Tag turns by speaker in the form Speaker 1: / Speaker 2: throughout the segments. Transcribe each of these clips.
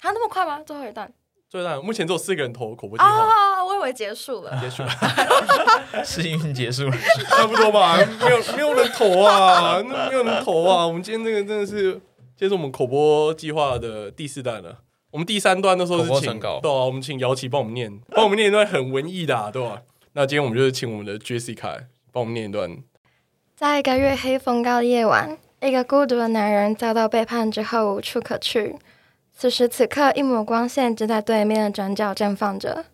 Speaker 1: 啊，那么快吗？最后一段
Speaker 2: 最大目前只有四个人投口播计划，
Speaker 1: 啊，我以为结束了。
Speaker 2: 结束了，
Speaker 3: 试运结 束了，
Speaker 2: 差不多吧，没有没有人投啊， 那没有人投啊。我们今天这个真的是，这是我们口播计划的第四弹了。我们第三段那时候
Speaker 3: 口播
Speaker 2: 是请
Speaker 3: 成稿
Speaker 2: 对啊，我们请姚琦帮我们念，帮我们念一段很文艺的、啊，对吧、那今天我们就是请我们的 Jessica 帮我们念一段，
Speaker 4: 在一个月黑风高的夜晚，一个孤独的男人遭到背叛之后无处可去。此时此刻，一抹光线正在对面的转角绽放着，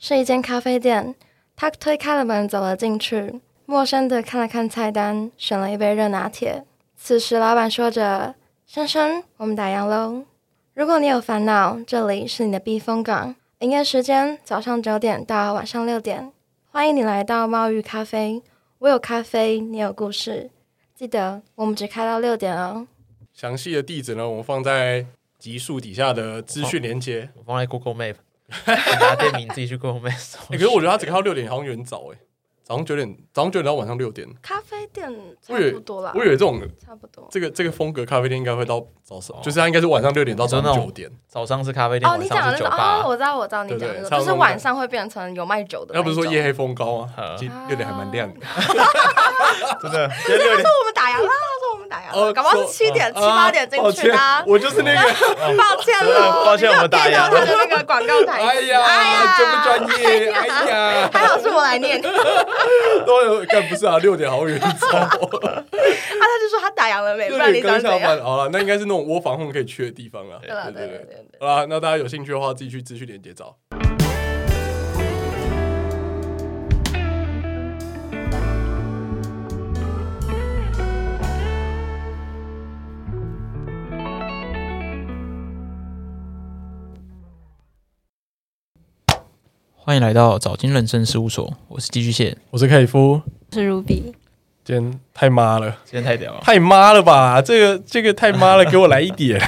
Speaker 4: 是一间咖啡店。他推开了门，走了进去，陌生的看了看菜单，选了一杯热拿铁。此时，老板说着：“先生，我们打烊喽。如果你有烦恼，这里是你的避风港。营业时间早上九点到晚上六点，欢迎你来到猫鱼咖啡。”我有咖啡，你有故事。记得我们只开到六点哦。
Speaker 2: 详细的地址呢，我们放在集数底下的资讯连接。
Speaker 3: 我放在 Google Map，你拿店名自己去 Google Map 搜。
Speaker 2: 欸可是我觉得他只开到六点，好像有点早哎、早上九点，早上九点到晚上六点。
Speaker 4: 咖啡店差
Speaker 2: 我以
Speaker 4: 不
Speaker 2: 为
Speaker 4: 多啦
Speaker 2: 我，以为这种
Speaker 4: 差不多。
Speaker 2: 这个这个风格咖啡店应该会到早上，
Speaker 3: 哦
Speaker 2: 就是它应该是晚上六点到早
Speaker 3: 你说
Speaker 2: 上
Speaker 3: 那种
Speaker 2: 九点。
Speaker 3: 早上是咖啡店，
Speaker 4: 哦，
Speaker 3: 晚
Speaker 4: 你讲
Speaker 3: 上
Speaker 4: 的
Speaker 3: 是
Speaker 4: 是
Speaker 3: 酒
Speaker 4: 哦，
Speaker 3: 吧。
Speaker 4: 我知道，我知道你讲
Speaker 2: 对
Speaker 4: 的
Speaker 2: 对
Speaker 4: 是，
Speaker 2: 差不
Speaker 4: 就
Speaker 2: 多
Speaker 4: 是晚上会变成有卖酒的那
Speaker 2: 要
Speaker 4: 一种。
Speaker 2: 不是说夜黑风高吗？
Speaker 3: 嗯
Speaker 2: 其实六点还蛮亮的。
Speaker 4: 啊
Speaker 3: 真的，今天六点
Speaker 4: 说我们打烊了，说我们打烊了，
Speaker 2: 哦
Speaker 4: 搞不好
Speaker 2: 说
Speaker 4: 是七点、七
Speaker 2: 啊
Speaker 4: 八点进
Speaker 2: 抱
Speaker 4: 去的啊
Speaker 2: 歉。我就是那个，
Speaker 4: 抱歉
Speaker 3: 哦
Speaker 2: 啊
Speaker 4: 喽，
Speaker 3: 抱歉我们打烊了
Speaker 4: 你没有看到他的那个广告台词。
Speaker 2: 哎呀，真不专业，哎 呀，
Speaker 4: 还好是我来念，啊，
Speaker 2: 都有干不是啊，六点好 远走，
Speaker 4: 啊他就说他打烊了没，不
Speaker 2: 六
Speaker 4: 然你
Speaker 2: 点
Speaker 4: 想
Speaker 2: 刚
Speaker 4: 怎
Speaker 2: 下
Speaker 4: 样？
Speaker 2: 班。好了，那应该是那种窝房控可以去的地方了。
Speaker 4: 对了，
Speaker 2: 对
Speaker 4: 对对
Speaker 2: 对对。
Speaker 4: 对对。
Speaker 2: 好啦，那大家有兴趣的话，自己去资讯连接找。
Speaker 5: 欢迎来到早金人生事务所，我是寄居蟹。
Speaker 2: 我是凯夫，
Speaker 4: 是 Ruby，
Speaker 2: 今天太妈了。
Speaker 3: 今天太屌了。
Speaker 2: 太妈了吧！这个这个太妈了，给我来一点。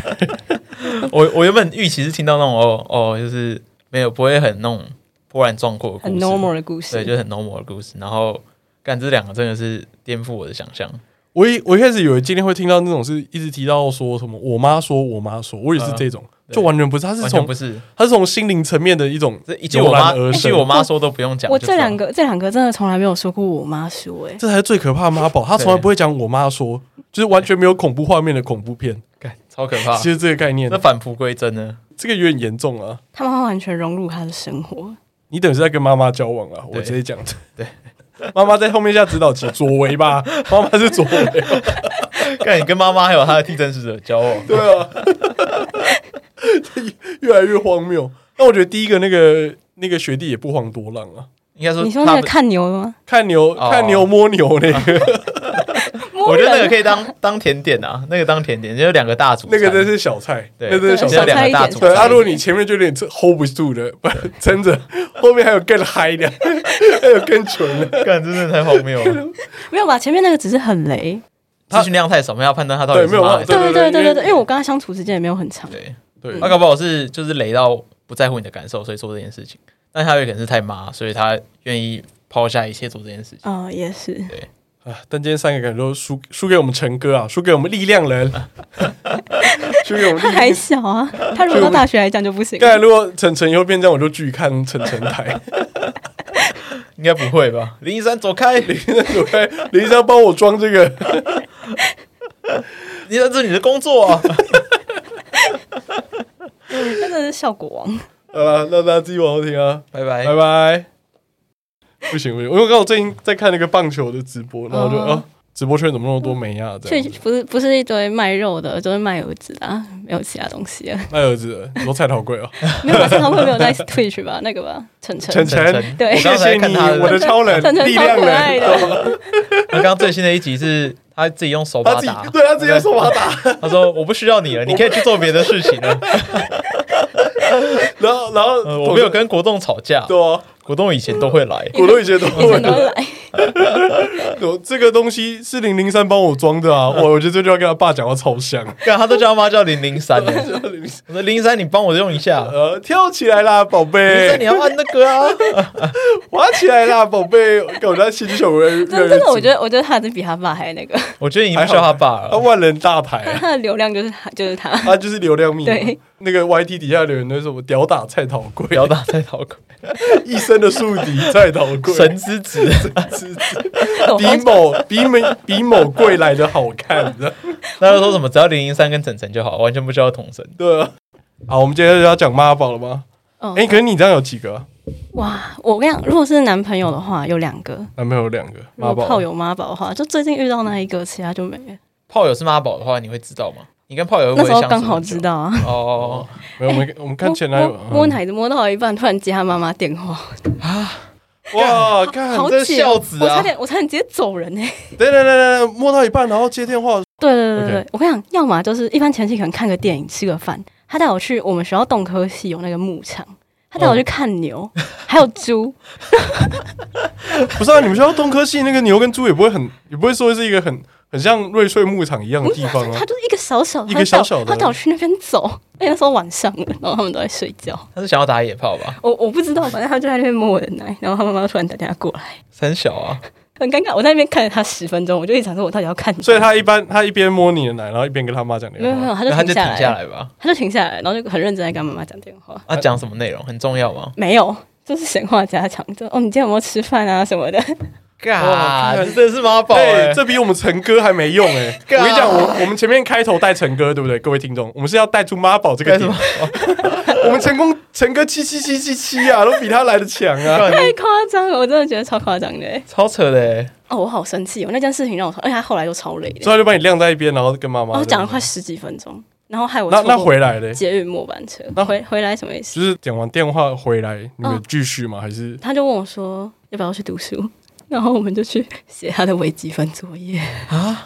Speaker 3: 我我原本预期是听到那种哦哦，就是没有不会很那种波澜壮阔的故
Speaker 6: 很
Speaker 3: 事
Speaker 6: normal 的故事
Speaker 3: 对，。就是很 normal 的故事。然后干这两个真的是颠覆我的想象，
Speaker 2: 我一我一开始以为今天会听到那种是一直提到说什么我妈说我妈说，我也是这种，嗯
Speaker 3: 对
Speaker 2: 就完全不是，他是
Speaker 3: 完全
Speaker 2: 从
Speaker 3: 不是。
Speaker 2: 他是从心灵层面的一种
Speaker 3: 这一句我妈
Speaker 2: 油然而
Speaker 3: 一
Speaker 2: 生
Speaker 3: 句我妈说都不用讲，
Speaker 6: 我
Speaker 3: 就知道
Speaker 6: 这两个这两个真的从来没有说过我妈说，哎，
Speaker 2: 这才是最可怕的妈宝，他从来
Speaker 3: 对
Speaker 2: 不会讲我妈说，就是完全没有恐怖画面的恐怖片，
Speaker 3: 干超可怕
Speaker 2: 其，实这个概念
Speaker 3: 那，返璞归真呢？
Speaker 2: 啊这个有点严重啊！
Speaker 6: 他们会完全融入她的生活。
Speaker 2: 你等于是在跟妈妈交往啊！我
Speaker 3: 对
Speaker 2: 直接讲， 对，妈妈在后面下指导棋，左为 吧，妈妈是左为，
Speaker 3: 干你跟妈妈还有她的替身使者交往，
Speaker 2: 对啊， 越来越荒谬。那我觉得第一个那个那个学弟也不遑多让啊，
Speaker 3: 应该说
Speaker 6: 你说
Speaker 3: 她
Speaker 6: 那
Speaker 3: 的
Speaker 6: 个看牛的吗？
Speaker 2: 看牛、
Speaker 3: 哦
Speaker 2: 看牛摸牛 那个，
Speaker 3: 我觉得
Speaker 6: 啊
Speaker 3: 那个可以当 当甜点啊，那个当甜点，就是两个大主
Speaker 2: 那
Speaker 3: 餐
Speaker 2: 个真是小菜，
Speaker 3: 对，
Speaker 2: 那真是小
Speaker 3: 只有
Speaker 2: 菜。
Speaker 3: 两个大主
Speaker 2: 对，阿
Speaker 3: 餐。
Speaker 2: 洛，你前面就有点 hold 不住的，不 撑着，后面还有更嗨的， 还有更纯的。
Speaker 3: 干，真的太荒谬 了，
Speaker 6: 没有吧？前面那个只是很雷。
Speaker 3: 资讯量太少，没有判断他到底
Speaker 2: 对
Speaker 3: 是
Speaker 2: 没有
Speaker 3: 妈还是
Speaker 2: 对对对
Speaker 6: 对对
Speaker 2: 因为
Speaker 6: 对对，因为我跟她相处时间也没有很长。
Speaker 3: 对，
Speaker 6: 嗯
Speaker 2: 对，
Speaker 3: 他搞不好是就是雷到不在乎你的感受，所以做这件事情。但他有可能是太妈，所以他愿意抛下一切做这件事情。
Speaker 6: 哦，也是。
Speaker 2: 啊，但今天三个感觉都输输给我们陈哥啊，输给我们力量人， 输给我们
Speaker 6: 她
Speaker 2: 力量
Speaker 6: 还。小啊，她如果到大学来讲就不行。
Speaker 2: 刚才如果晨晨以后变这样，我就拒看晨晨台。
Speaker 3: 应该不会吧？林一山 走开！林
Speaker 2: 那我看林医生帮我装这个，
Speaker 3: 一山，这是你的工作啊！
Speaker 6: 真的是效果王。
Speaker 2: 好了，那大家自己往后听啊，
Speaker 3: 拜拜
Speaker 2: 拜。拜。不行不行，因为我刚好最近在看那个棒球的直播，然后我就
Speaker 6: 哦
Speaker 2: 啊，直播圈怎么那么多美亚这
Speaker 6: 所
Speaker 2: 样
Speaker 6: 以
Speaker 2: 子？
Speaker 6: 不是不是一堆卖肉的，就是卖油脂的啊，没有其他东西了。
Speaker 2: 卖儿子，你说菜头贵哦，
Speaker 6: 没有吧？他会没有在 Twitch 吧？那个吧，晨晨。
Speaker 2: 晨晨，
Speaker 6: 对
Speaker 3: 我
Speaker 2: 谢
Speaker 3: 刚
Speaker 2: 谢
Speaker 3: 才看
Speaker 2: 你
Speaker 3: 他，
Speaker 2: 我的超人
Speaker 6: 晨晨
Speaker 2: 力
Speaker 6: 超
Speaker 2: 量
Speaker 6: 可爱
Speaker 2: 人，
Speaker 6: 的，
Speaker 3: 他刚刚最新的一集是他自己用手
Speaker 2: 他
Speaker 3: 把
Speaker 2: 自己
Speaker 3: 打，
Speaker 2: 对他直接说他 打，
Speaker 3: 他说：“我不需要你了，你可以去做别的事情了。啊
Speaker 2: 然后然后
Speaker 3: 嗯呃我没有跟国栋吵架，
Speaker 2: 对哦，
Speaker 3: 股东以前都会来，
Speaker 2: 我都以 前都
Speaker 6: 以前都
Speaker 2: 会，
Speaker 6: 来，
Speaker 2: 有这个东西是零零三帮我装的 啊！我我觉得这就要跟他爸讲话超像，
Speaker 3: 干他都叫他妈叫零零三呢。我说零零三，你帮我用一下。
Speaker 2: 呃，跳起来啦，宝
Speaker 3: 零零三，你
Speaker 2: 贝，
Speaker 3: 要按那个啊。
Speaker 2: 滑起来 啦，宝贝！搞他情绪小人，
Speaker 6: 真真的，我觉得我觉得他真比他爸还那个，
Speaker 3: 我觉得你不需要他爸
Speaker 2: 他
Speaker 3: 了。
Speaker 2: 万人大牌
Speaker 6: 他
Speaker 2: 啊，
Speaker 6: 他的流量就是他就是他，
Speaker 2: 他就是流量密码
Speaker 6: 对。
Speaker 2: 那个 YT 底下留言都是什么屌打菜桃贵，
Speaker 3: 不要打在讨鬼，
Speaker 2: 一身的宿敌菜桃贵，
Speaker 3: 神之子，
Speaker 2: 是
Speaker 6: 我
Speaker 2: 比某比某比某贵来的好看，你知道
Speaker 3: 那就说什么只要零零三跟晨晨就好，完全不需要童神。
Speaker 2: 对啊。好，我们今天就要讲妈宝了吗？
Speaker 6: 哦
Speaker 2: 哎、可是你这样有几个啊
Speaker 6: 哇，我跟你讲，如果是男朋友的话，有两个；
Speaker 2: 男朋友有两个
Speaker 6: 如
Speaker 2: 妈
Speaker 6: 果
Speaker 2: 宝，
Speaker 6: 炮友妈宝的话，就最近遇到那一个，其他就没了。
Speaker 3: 炮友是妈宝的话，你会知道吗？你跟炮友会
Speaker 6: 那
Speaker 3: 不会相
Speaker 6: 时候
Speaker 3: 处
Speaker 6: 刚好
Speaker 3: 很久
Speaker 6: 知道啊，
Speaker 3: 哦，
Speaker 2: 没有，我们我们看嗯前男友
Speaker 6: 摸摸奶子摸到一半，突然接他妈妈电话，
Speaker 2: 哇，看
Speaker 6: 好
Speaker 3: 这
Speaker 6: 解
Speaker 3: 孝
Speaker 6: 哦，
Speaker 3: 子啊
Speaker 6: 我差点我差点直接走 人呢。
Speaker 2: 等等等等，摸到一半然后接电话，
Speaker 6: 对对对
Speaker 2: OK
Speaker 6: 对，我跟你讲，要么就是一般前期可能看个电影、吃个饭，他带我去我们学校动科系有那个牧场，他带
Speaker 2: 嗯
Speaker 6: 我去看牛，还有猪，
Speaker 2: 不是啊？你们学校东科系那个牛跟猪也不会很，也不会说是一个很很像瑞穗牧场一样的地方啊
Speaker 6: 他。就是一个小小
Speaker 2: 一个小小的
Speaker 6: 他带我去那边走， 而且那时候晚上了，然后他们都在睡觉，
Speaker 3: 他是想要打野炮吧？
Speaker 6: 我我不知道，反正他就在那边摸我的奶，然后他妈妈突然打电话过来，
Speaker 3: 很小啊，
Speaker 6: 很尴尬，我在那边看了他十分钟，我就一直想说我到底要看你，
Speaker 2: 所以他嗯一般他一边摸你的奶，然后一边跟他妈讲
Speaker 6: 没有
Speaker 2: 电
Speaker 6: 没
Speaker 2: 话。
Speaker 6: 有，他就
Speaker 3: 那他就
Speaker 6: 停
Speaker 3: 停
Speaker 6: 下
Speaker 3: 下
Speaker 6: 来，
Speaker 3: 来吧。
Speaker 6: 他就停下来，然后就很认真在跟妈妈讲电哦话，
Speaker 3: 他讲什么内容很重要 吗？
Speaker 6: 没有，就是闲话家常，就哦你今天有没有吃饭啊什么的，
Speaker 3: 嘎，这真的是妈宝
Speaker 2: 对，
Speaker 6: 欸
Speaker 3: 哎！
Speaker 2: 这比我们陈哥还没用 哎！
Speaker 6: 啊
Speaker 2: 我跟你讲，我我们前面开头带陈哥，对不对？各位听众，我们是要带出妈宝这个
Speaker 3: 干什
Speaker 2: 点
Speaker 3: 么。？
Speaker 2: 我们成功陈哥七七七七七啊，都比他来的强 啊！
Speaker 6: 太夸张了，我真的觉得超夸张的欸。
Speaker 3: 超扯的欸，
Speaker 6: 哦，我好生气哦！那件事情让我超，而且他后来又超累的，
Speaker 2: 所以他就把你晾在一边，然后跟妈
Speaker 6: 然
Speaker 2: 妈
Speaker 6: 后哦讲了快十几分钟，然后害我
Speaker 2: 那
Speaker 6: 错过
Speaker 2: 那回来嘞，
Speaker 6: 捷运末班车，
Speaker 2: 那
Speaker 6: 回回来什么意思？
Speaker 2: 就是讲完电话回来，你
Speaker 6: 嗯
Speaker 2: 们继续吗？还是
Speaker 6: 他就问我说要不要去读书， 然后我们就去写他的微积分作业啊。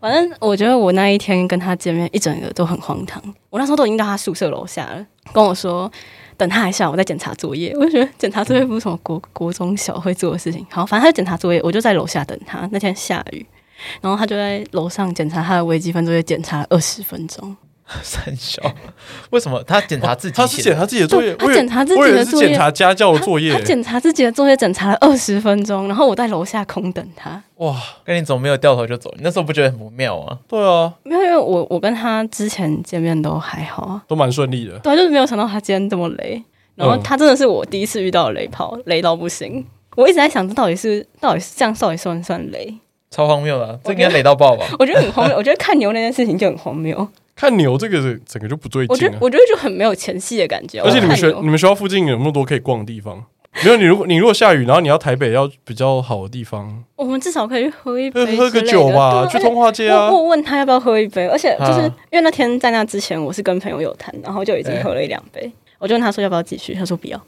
Speaker 6: 反正我觉得我那一天跟他见面一整个都很荒唐，我那时候都已经到他宿舍楼下了，跟我说等他一下，我在检查作业。我就觉得检查作业不是什么国国中小会做的事情。好，反正他在检查作业，我就在楼下等他。那天下雨，然后他就在楼上检查他的微积分作业，检查二十分钟。
Speaker 3: 很小。为什么他检查自己？
Speaker 2: 哦他是检查自己的作业，
Speaker 6: 对他
Speaker 2: 我以为
Speaker 6: 检查自己的
Speaker 2: 我以为是
Speaker 6: 作业
Speaker 2: 检查家教的哦作业
Speaker 6: 他，检查自己的作业，检查了二十分钟，然后我在楼下空等他。
Speaker 2: 哇，
Speaker 3: 跟你怎么没有掉头就走？你那时候不觉得很不妙吗？
Speaker 2: 对啊，
Speaker 6: 没有，因为我我跟他之前见面都还好啊，
Speaker 2: 都蛮顺利的。
Speaker 6: 对啊，就是没有想到他今天这么雷。然后
Speaker 2: 嗯
Speaker 6: 他真的是我第一次遇到的雷炮，雷到不行。我一直在想，这到底是到底是这样，到底算不算雷？
Speaker 3: 超荒谬的啊，这应该
Speaker 6: 我觉得
Speaker 3: 累到爆吧？
Speaker 6: 我觉得很 荒谬。我觉得看牛那件事情就很荒谬。
Speaker 2: 看牛这个是整个就不对
Speaker 6: 我觉
Speaker 2: 劲
Speaker 6: 得
Speaker 2: 啊！
Speaker 6: 我觉得就很没有前戏的感
Speaker 3: 哦
Speaker 6: 觉。
Speaker 2: 而且你们学
Speaker 6: 我看
Speaker 2: 你
Speaker 6: 牛
Speaker 2: 们学校附近有那么多可以逛的地方，没有你如果你如果下雨，然后你要台北要比较好的地方，
Speaker 6: 我们至少可以去喝一
Speaker 2: 喝
Speaker 6: 杯之类的，
Speaker 2: 喝个酒吧，去
Speaker 6: 对啊
Speaker 2: 通化街啊
Speaker 6: 我。我问他要不要喝一杯，而且就是、
Speaker 3: 啊
Speaker 6: 因为那天在那之前，我是跟朋友有谈，然后就已经
Speaker 2: 哎
Speaker 3: 对
Speaker 6: 喝了一两杯，我就问他说要不要继续，他说不 要，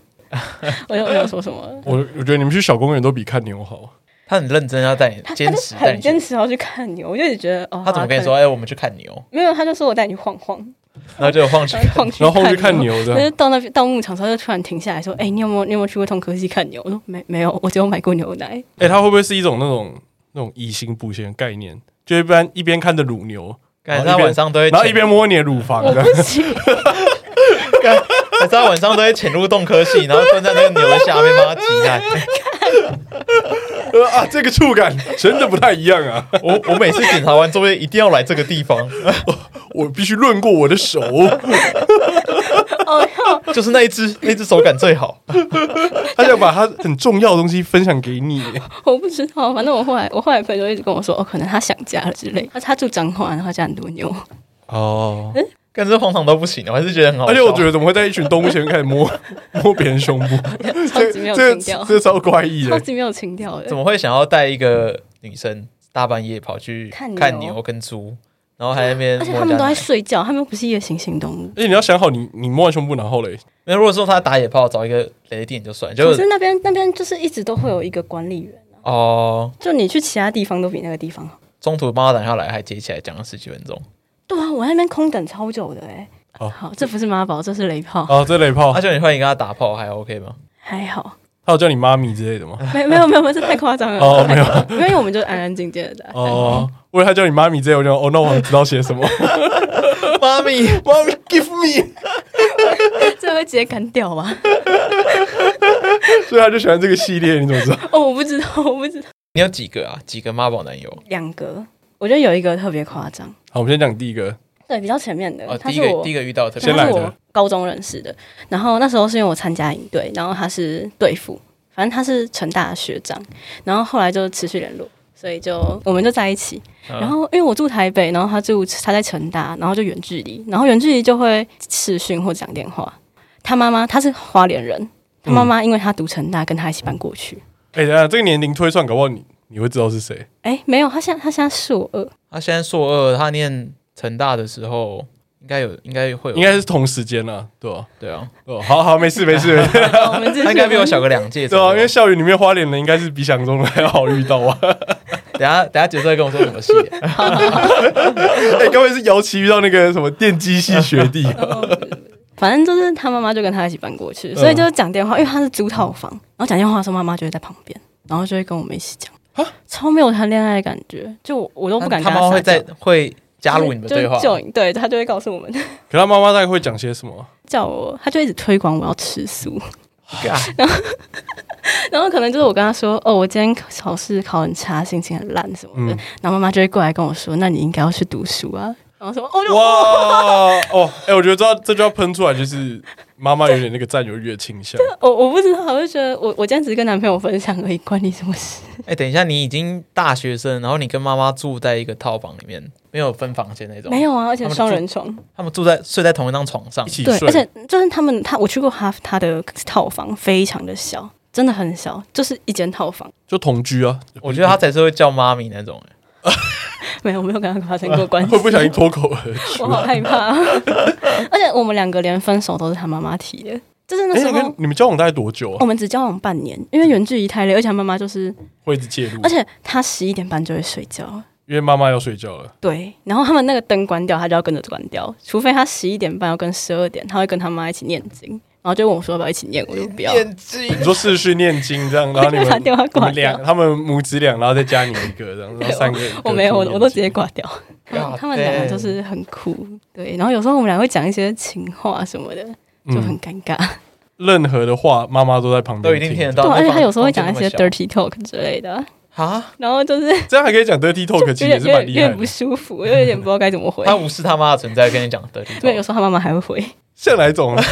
Speaker 6: 我就没有说什么了。
Speaker 2: 我我觉得你们去小公园都比看牛好，
Speaker 3: 他很认真要带你
Speaker 6: 他
Speaker 3: 坚
Speaker 6: 他
Speaker 3: 持
Speaker 6: 就
Speaker 3: 带
Speaker 6: 很
Speaker 3: 你
Speaker 6: 坚
Speaker 3: 去。
Speaker 6: 持要去看牛，我就一直觉得哦，
Speaker 3: 他怎么跟你说？
Speaker 6: 好啊？
Speaker 3: 哎，我们去看牛，
Speaker 6: 可能没有，他就说我带你去晃晃，
Speaker 3: 然后就晃去
Speaker 6: 然后晃去，
Speaker 2: 然后后去看。牛这
Speaker 6: 他
Speaker 2: 样。
Speaker 6: 就到那边到牧场的时候，他就突然停下来说：“哎、你有没有你有没有去过通科西看牛？”我说：“没没有，我只有买过牛奶。
Speaker 2: 哎、它会不会是一种那种那种以形补形的概念？就一般一边看着乳牛，
Speaker 3: 感觉
Speaker 2: 然
Speaker 3: 他
Speaker 2: 后一边
Speaker 3: 晚上都会潜，
Speaker 2: 然后一边摸你的乳 房
Speaker 6: 我
Speaker 2: 的。
Speaker 6: 不行，
Speaker 3: 感觉他晚上都会潜入洞科系，然后蹲在那个牛的下面帮他挤奶。
Speaker 2: 呃啊，这个触感 真的不太一样啊！
Speaker 3: 我 我每次检查完作业一定要来这个地方，
Speaker 2: 我必须论过我的 手，
Speaker 6: 哦哟，
Speaker 3: 就是那一只，那一只手感最好。
Speaker 2: 他想把他很重要的东西分享给你。
Speaker 6: 我不知道。反正我后来我后来朋友一直跟我说，哦，可能他想家了之类。他他住彰化，然后他家很多牛。
Speaker 2: 哦，
Speaker 3: 感觉荒唐到不行，啊我还是觉得很好笑。
Speaker 2: 而且我觉得怎么会在一群动物前面开始摸摸别人胸部？
Speaker 6: 超级没
Speaker 2: 这这
Speaker 6: 有情调
Speaker 2: 这超怪异
Speaker 6: 超
Speaker 2: 的。
Speaker 6: 级没有情调的
Speaker 3: 怎。么会想要带一个女生大半夜跑去
Speaker 6: 看牛
Speaker 3: 看牛跟猪，然后还在那边
Speaker 6: 而且
Speaker 3: 摸
Speaker 6: 他
Speaker 3: 人
Speaker 6: 们
Speaker 3: 家
Speaker 6: 都在
Speaker 3: 奶？
Speaker 6: 睡觉，他们又不是夜行性动物。
Speaker 2: 而且你要想好你，你摸完胸部然后嘞，
Speaker 3: 那如果说他打野炮找一个雷电就算，就
Speaker 6: 可是那边那边就是一直都会有一个管理员，
Speaker 3: 哦、
Speaker 6: 就你去其他地方都比那个地方好。
Speaker 3: 中途帮他打下来，还接起来讲了十几分钟，
Speaker 6: 对啊，我在那边空等超久的哎、
Speaker 2: 哦
Speaker 3: 哦
Speaker 6: 好，这不是妈宝，这是雷炮，
Speaker 2: 啊，这雷炮
Speaker 3: 而且你欢迎跟他打炮还 OK 吗？
Speaker 6: 还好。
Speaker 2: 他有叫你妈咪之类的吗？
Speaker 6: 没没有没有，没有这太夸张了。
Speaker 2: 哦
Speaker 6: 这太夸张了 因为我们就安安静静的。
Speaker 2: 哦，为了他叫你妈咪之类，我就哦，那我知道写什 么。
Speaker 3: 妈咪，
Speaker 2: 妈咪，give me，
Speaker 6: 这会直接干掉吧？
Speaker 2: 所以他就喜欢这个系列，你怎么知道？
Speaker 6: 哦，我不知道，我不知道。
Speaker 3: 你有几个啊？几个妈宝男友？
Speaker 6: 两个，我觉得有一个特别夸张，
Speaker 2: 好，我们先讲第一个，
Speaker 6: 对，比较前面的，
Speaker 3: 哦，
Speaker 6: 呃他
Speaker 3: 第一
Speaker 6: 是
Speaker 3: 个
Speaker 6: 我
Speaker 3: 第一个遇到的特
Speaker 2: 先
Speaker 3: 别
Speaker 6: 他
Speaker 2: 来
Speaker 6: 是
Speaker 2: 的
Speaker 6: 我高中认识的。然后那时候是因为我参加营队，然后他是队服，反正他是成大的学长，然后后来就持续联络，所以就我们就在一起。
Speaker 3: 嗯
Speaker 6: 然后因为我住台北，然后他住他在成大，然后就远距离，然后远距离就会视讯或讲电话。他妈妈他是花莲人，他妈妈因为他读成大，跟他一起搬过去。
Speaker 2: 哎、等一下这个年龄推算，搞不好你你会知道是谁。
Speaker 6: 哎、没有，他现在他现在硕 二，
Speaker 3: 他现在硕二，他念成大的时候，应该有，应该会有，
Speaker 2: 应该是同时间啦，对吧、
Speaker 3: 对啊，
Speaker 2: 哦，好好，没事没事，没事
Speaker 6: 哦我们这
Speaker 3: 他应该比我小个两届
Speaker 2: 对
Speaker 3: 左右。
Speaker 2: 啊，因为校园里面花脸的应该是比想中的还要好遇到啊。
Speaker 3: 等下等下结束再跟我说什么戏。
Speaker 2: 哎、该不会是姚琦遇到那个什么电机系学弟？
Speaker 6: 反正就是他妈妈就跟他一起搬过去，所以就是讲电话，因为他是租套房，然后讲电话的时候，妈妈就会在旁边，然后就会跟我们一起讲，超没有谈恋爱的感觉，就我我都不敢
Speaker 3: 他
Speaker 6: 跟
Speaker 3: 妈妈
Speaker 6: 撒
Speaker 3: 会
Speaker 6: 娇
Speaker 3: 在会加入你们
Speaker 6: 就
Speaker 3: 对话，
Speaker 6: 就 对他就会告诉我们，
Speaker 2: 可他妈妈大概会讲些什么？
Speaker 6: 叫我，他就一直推广我要吃素，
Speaker 3: 干
Speaker 6: 然后可能就是我跟他说，哦，我今天考试考很差，心情很烂什么的，
Speaker 2: 嗯
Speaker 6: 然后妈妈就会过来跟我说，那你应该要去读书啊，然后说，哦，
Speaker 2: 哇 哦，哎、我觉得这这就要喷出来，就是妈妈有点那个占有欲的倾向。
Speaker 6: 我哦我不知道，我就觉得我我今天只是跟男朋友分享而已，关你什么事？
Speaker 3: 哎，等一下，你已经大学生，然后你跟妈妈住在一个套房里面，没有分房间那种，
Speaker 6: 没有啊，而且
Speaker 3: 他们
Speaker 6: 双
Speaker 3: 住
Speaker 6: 人床。
Speaker 3: 他们住在睡在同一张床上
Speaker 2: 一，起
Speaker 6: 对，
Speaker 2: 睡，
Speaker 6: 而且就是他们，他我去过他他的套房，非常的小，真的很小，就是一间套房。
Speaker 2: 就同居啊。
Speaker 3: 我觉得他才是会叫妈咪那种。
Speaker 6: 嗯没有，我没有跟他发生过关 系，
Speaker 2: 会不会小心脱口而出
Speaker 6: 我？好害怕。啊 而且我们两个连分手都是他妈妈提的，就是那
Speaker 2: 哎、
Speaker 6: 时
Speaker 2: 你
Speaker 6: 候、
Speaker 2: 跟你们交往大概多久
Speaker 6: 我
Speaker 2: 啊？
Speaker 6: 们只交往半年，因为远距离太累，而且他妈妈就是，
Speaker 2: 会一直介入，
Speaker 6: 而且他十一点半就会睡觉。
Speaker 2: 因为妈妈要睡觉 了。
Speaker 6: 对，然后他们那个灯关掉，他就要跟着关掉，除非他十一点半要跟十二点，他会跟他妈一起念经，然后就问我说要不要一起念，我就不要。
Speaker 2: 你说视讯念经这样，然后你
Speaker 6: 我就把电话
Speaker 2: 们你
Speaker 6: 挂掉
Speaker 2: 们两，他们母子俩，然后再加你一个这样，然后三个。
Speaker 6: 我没有，我我都直接
Speaker 2: 挂。
Speaker 6: 挂掉。他们
Speaker 2: 啊
Speaker 3: God
Speaker 6: 他们两个
Speaker 3: damn
Speaker 6: 就是很酷，对。然后有时候我们俩会讲一些情话什么的，
Speaker 2: 嗯
Speaker 6: 就很尴尬。
Speaker 2: 任何的话，妈妈啊都在旁边，
Speaker 3: 都一定听得。到。
Speaker 6: 对，啊而且
Speaker 3: 那房
Speaker 6: 他有时候会讲一些
Speaker 3: 房间
Speaker 6: dirty talk 之类的，
Speaker 3: 那么小啊，
Speaker 6: 然后就是有
Speaker 2: 这样还可以讲 dirty talk，其实也
Speaker 6: 点
Speaker 2: 是
Speaker 6: 有
Speaker 2: 蛮厉害
Speaker 6: 点有点不
Speaker 2: 的。啊
Speaker 6: 舒服，又有点不知道该怎么回。
Speaker 3: 他无视他妈的存在，跟你讲的。
Speaker 6: 没有，有时候他妈妈还会回，但
Speaker 2: 像哪一种啊？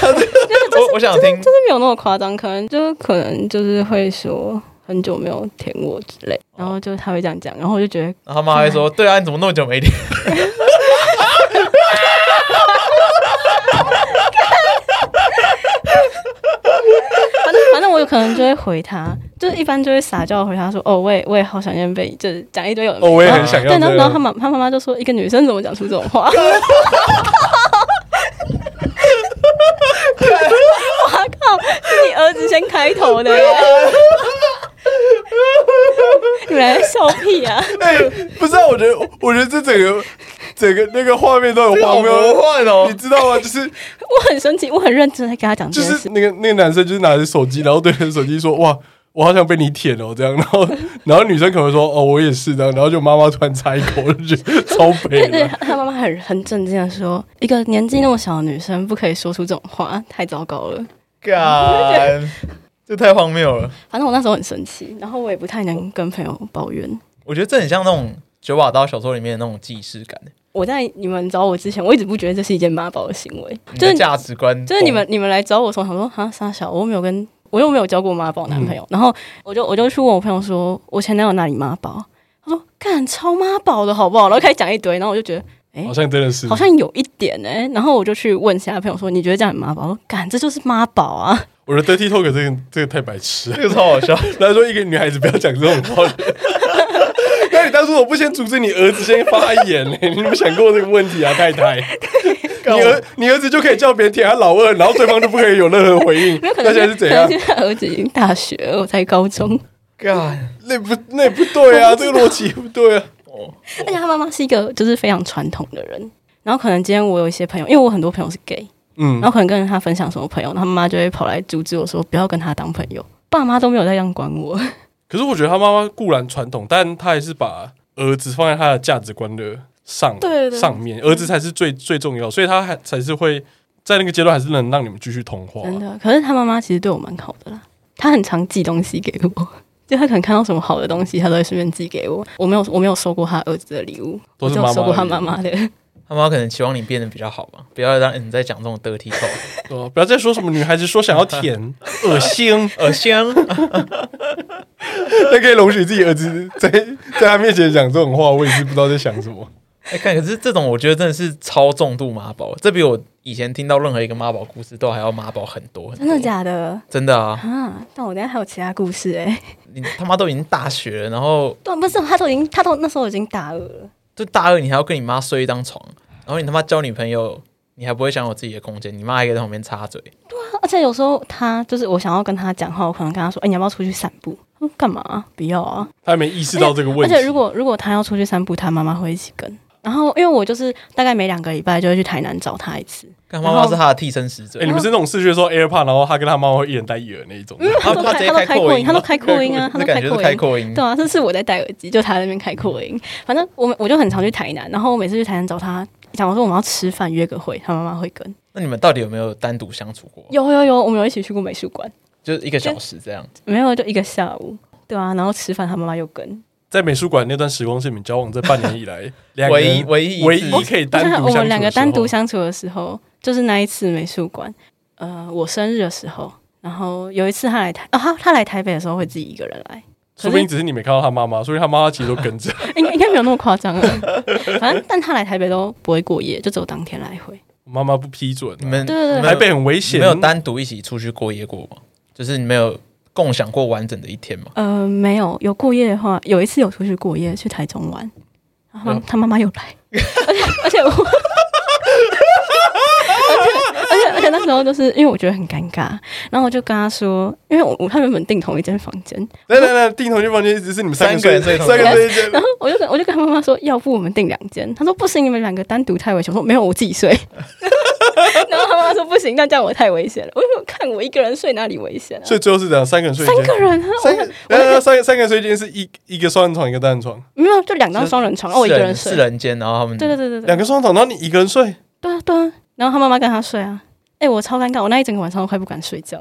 Speaker 3: 我我想听，
Speaker 6: 是没有那么夸张，可能就可能就是会说很久没有舔我之类，
Speaker 2: 哦
Speaker 6: 然后就他会这样讲，然后我就觉得
Speaker 3: 然后他妈会说：“ 对啊，你怎么那么久没听
Speaker 6: 反正反正我有可能就会回他，就是一般就会撒娇回他说，哦，我也我也好想念被，就是讲一堆有的没
Speaker 2: 哦，
Speaker 6: 的
Speaker 2: 我也很想要
Speaker 6: 对，
Speaker 2: 这
Speaker 6: 然后然后他
Speaker 2: 样。
Speaker 6: 妈他妈妈就说，一个女生怎么讲出这种话？ 我靠，是你儿子先开头的耶！你们在笑屁啊！
Speaker 2: 哎， 不是啊，我觉得，我觉得这整个整个那个画面都很荒谬。
Speaker 3: 幻
Speaker 6: 哦
Speaker 2: 你！知道吗？就是
Speaker 6: 我很生气，我很认真在跟他讲
Speaker 2: 就
Speaker 6: 这件
Speaker 2: 是
Speaker 6: 事。
Speaker 2: 那个那个男生就是拿着手机，然后对着手机说：“哇，我好想被你舔哦。”这样，然后然后女生可能说：“哦，我也是这样。”然后就妈妈突然插一口，我就觉得超悲
Speaker 6: 对 对，
Speaker 2: 的。
Speaker 6: 他他妈妈很很震惊的说，一个年纪那么小的女生不可以说出这种话，太糟糕了。
Speaker 3: 干， 这太荒谬了。
Speaker 6: 反正我那时候很生气，然后我也不太能跟朋友抱怨。
Speaker 3: 我觉得这很像那种九把刀小说里面的那种既视感，
Speaker 6: 我在你们找我之前，我一直不觉得这是一件妈宝的行为，
Speaker 3: 你
Speaker 6: 就
Speaker 3: 的
Speaker 6: 是
Speaker 3: 价值观，
Speaker 6: 就是
Speaker 2: 哦
Speaker 6: 你们你们来找我的时候，想说哈傻小，我又没有跟我又没有交过妈宝男
Speaker 2: 嗯
Speaker 6: 朋友，然后我就我就去问我朋友说，我前男友哪里妈宝？他说干超妈宝的好不好？然后开始讲一堆，然后我就觉得
Speaker 2: 好像真的是，
Speaker 6: 好像有一点哎、然后我就去问其他朋友说，你觉得这样很妈宝？我说干这就是妈宝啊！
Speaker 2: 我的 dirty talk 这个这个太白痴了。
Speaker 3: 这个超好笑。
Speaker 2: 他说一个女孩子不要讲这种话。 那你当初我不先阻止你儿子先发言呢、你有没有想过这个问题啊，太 太？你儿你儿子就可以叫别人舔他老二，然后对方就不可以有任何回应，
Speaker 6: 可
Speaker 2: 那现
Speaker 6: 能
Speaker 2: 在是怎
Speaker 6: 可能
Speaker 2: 样？
Speaker 6: 现在儿子已经大学了，我才高中，
Speaker 3: 干，
Speaker 2: 那也不那也不对啊，这个逻辑不对啊。
Speaker 6: 而且他妈妈是一个就是非常传统的人。然后可能今天我有一些朋友，因为我很多朋友是 gay，
Speaker 2: 嗯
Speaker 6: 然，后可能跟他分享什么朋友，他妈妈就会跑来阻止我说不要跟他当朋友。爸妈都没有在这样管我。
Speaker 2: 可是我觉得他妈妈固然传统，但他还是把儿子放在他的价值观的上
Speaker 1: 对的
Speaker 2: 上面，儿子才是最最重要，所以他还才是会在那个阶段还是能让你们继续通话。
Speaker 6: 真的，可是他妈妈其实对我蛮好的啦，她很常寄东西给我， 就她可能看到什么好的东西，她都会顺便寄给我。我没有，我没有收过她儿子的礼物，
Speaker 2: 都是
Speaker 6: 我只有收过她
Speaker 2: 妈
Speaker 6: 妈
Speaker 2: 妈
Speaker 6: 妈的。
Speaker 3: 他妈可能期望你变得比较好吧，不要让你在讲这种得体口，
Speaker 2: 哦，不要再说什么女孩子说想要 甜，恶心。
Speaker 3: 恶心。啊
Speaker 2: 那可以容许自己儿子在在他面前讲这种话，我也是不知道在想什么。
Speaker 3: 哎、看，可是这种我觉得真的是超重度妈宝，这比我以前听到任何一个妈宝故事都还要妈宝很多很多
Speaker 6: 真的假的
Speaker 3: 真的啊！
Speaker 6: 啊？但我等一下还有其他故事哎、
Speaker 3: 你他妈都已经大学了，然后
Speaker 6: 对，不是，她都已经，她都那时候已经大二了。
Speaker 3: 就大二，你还要跟你妈睡一张床，然后你他妈交女朋友，你还不会享有自己的空间，你妈还可以在旁边插嘴。
Speaker 6: 而且有时候她就是我想要跟她讲话，我可能跟她说：“哎、你要不要出去散步？”她说：“干嘛、不要啊。”
Speaker 2: 他还没意识到这个问
Speaker 6: 而
Speaker 2: 题。
Speaker 6: 且如果如果他要出去散步，他妈妈会一起跟。然后因为我就是大概每两个礼拜就会去台南找他一次，
Speaker 3: 干妈妈是他的替身使者
Speaker 2: 哎、，你们是那种视觉说 AirPod，然后他跟他妈妈会一人戴一耳那一种，
Speaker 3: 他
Speaker 6: 都
Speaker 3: 他啊直接
Speaker 6: 他都开
Speaker 3: 扩
Speaker 6: 扩
Speaker 3: 音吗
Speaker 6: 音，他都开扩音啊，他
Speaker 3: 那
Speaker 6: 都
Speaker 3: 感觉是
Speaker 6: 扩
Speaker 3: 开
Speaker 6: 音。
Speaker 3: 扩
Speaker 2: 嗯
Speaker 3: 音
Speaker 6: 对。啊，这次我在戴耳机，就他在那边开扩音。反正我们我就很常去台南，然后我每次去台南找他，讲我说我们要吃饭约个会，他妈妈会跟。
Speaker 3: 那你们到底有没有单独相处过？
Speaker 6: 有有有，我们有一起去过美术馆，
Speaker 3: 就是一个小时这样。
Speaker 6: 没有就一个下午。对啊，然后吃饭他妈妈又跟，
Speaker 2: 在美术馆那段时光是你们交往这半年以来两个
Speaker 3: 唯一
Speaker 2: 人
Speaker 3: 唯一
Speaker 2: 唯
Speaker 3: 一
Speaker 2: 一
Speaker 3: 次
Speaker 2: 可以
Speaker 6: 我
Speaker 2: 单独相
Speaker 6: 想想我
Speaker 2: 处
Speaker 6: 们两个
Speaker 2: 的时候
Speaker 6: 单独相处的时候，就是那一次美术馆，呃，我生日的时候，然后有一次他来台，哦，他他来台北的时候会自己一个人来，
Speaker 2: 说不定只是你没看到他妈妈，所以他妈妈其实都跟着。
Speaker 6: 应该应该没有那么夸张啊。反正但他来台北都不会过夜，就只有当天来回。
Speaker 2: 妈妈不批准、啊
Speaker 3: 你们
Speaker 6: 哦对对对
Speaker 3: 你们
Speaker 2: 台北很危
Speaker 3: 你
Speaker 2: 险，
Speaker 3: 没有单独一起出去过夜过吗？就是你没有共享过完整的一天吗？
Speaker 6: 呃，没有有过夜的话，有一次有出去过夜去台中玩，
Speaker 2: 啊
Speaker 6: 然后他妈妈有 来，而且而且 我。而且而且而且那时候就是因为我觉得很尴尬，然后我就跟他说，因为我我他原本订同一间房 间，
Speaker 2: 来来来，订同居房间只是你们三
Speaker 3: 三个
Speaker 2: 个
Speaker 3: 人睡
Speaker 2: 睡，
Speaker 3: 同
Speaker 2: 三
Speaker 3: 一
Speaker 2: 个
Speaker 3: 间
Speaker 2: 人睡一间。
Speaker 6: 然后我就跟我就跟他妈妈说，要不我们订两间？他说不行，你们两个单独太危险。我说没有，我自 己睡。然后他妈妈说不行，那这样我太危险了。我说看我一个人睡哪里危险啊？
Speaker 2: 所以最后是怎样？三个人睡一
Speaker 6: 三
Speaker 2: 间
Speaker 6: 个。人啊，
Speaker 2: 三个，来来来三个三个人睡一间是一一个双人床，一个单人床，
Speaker 6: 没有就两张双人床，然哦后我一个人
Speaker 3: 四
Speaker 6: 睡
Speaker 3: 人四。人间，然后他们
Speaker 6: 对对对对对
Speaker 2: 两，个双人床，然后你一个人睡，
Speaker 6: 对啊对啊。然后他妈妈跟他睡啊，哎，我超尴尬，我那一整个晚上都快不敢睡觉。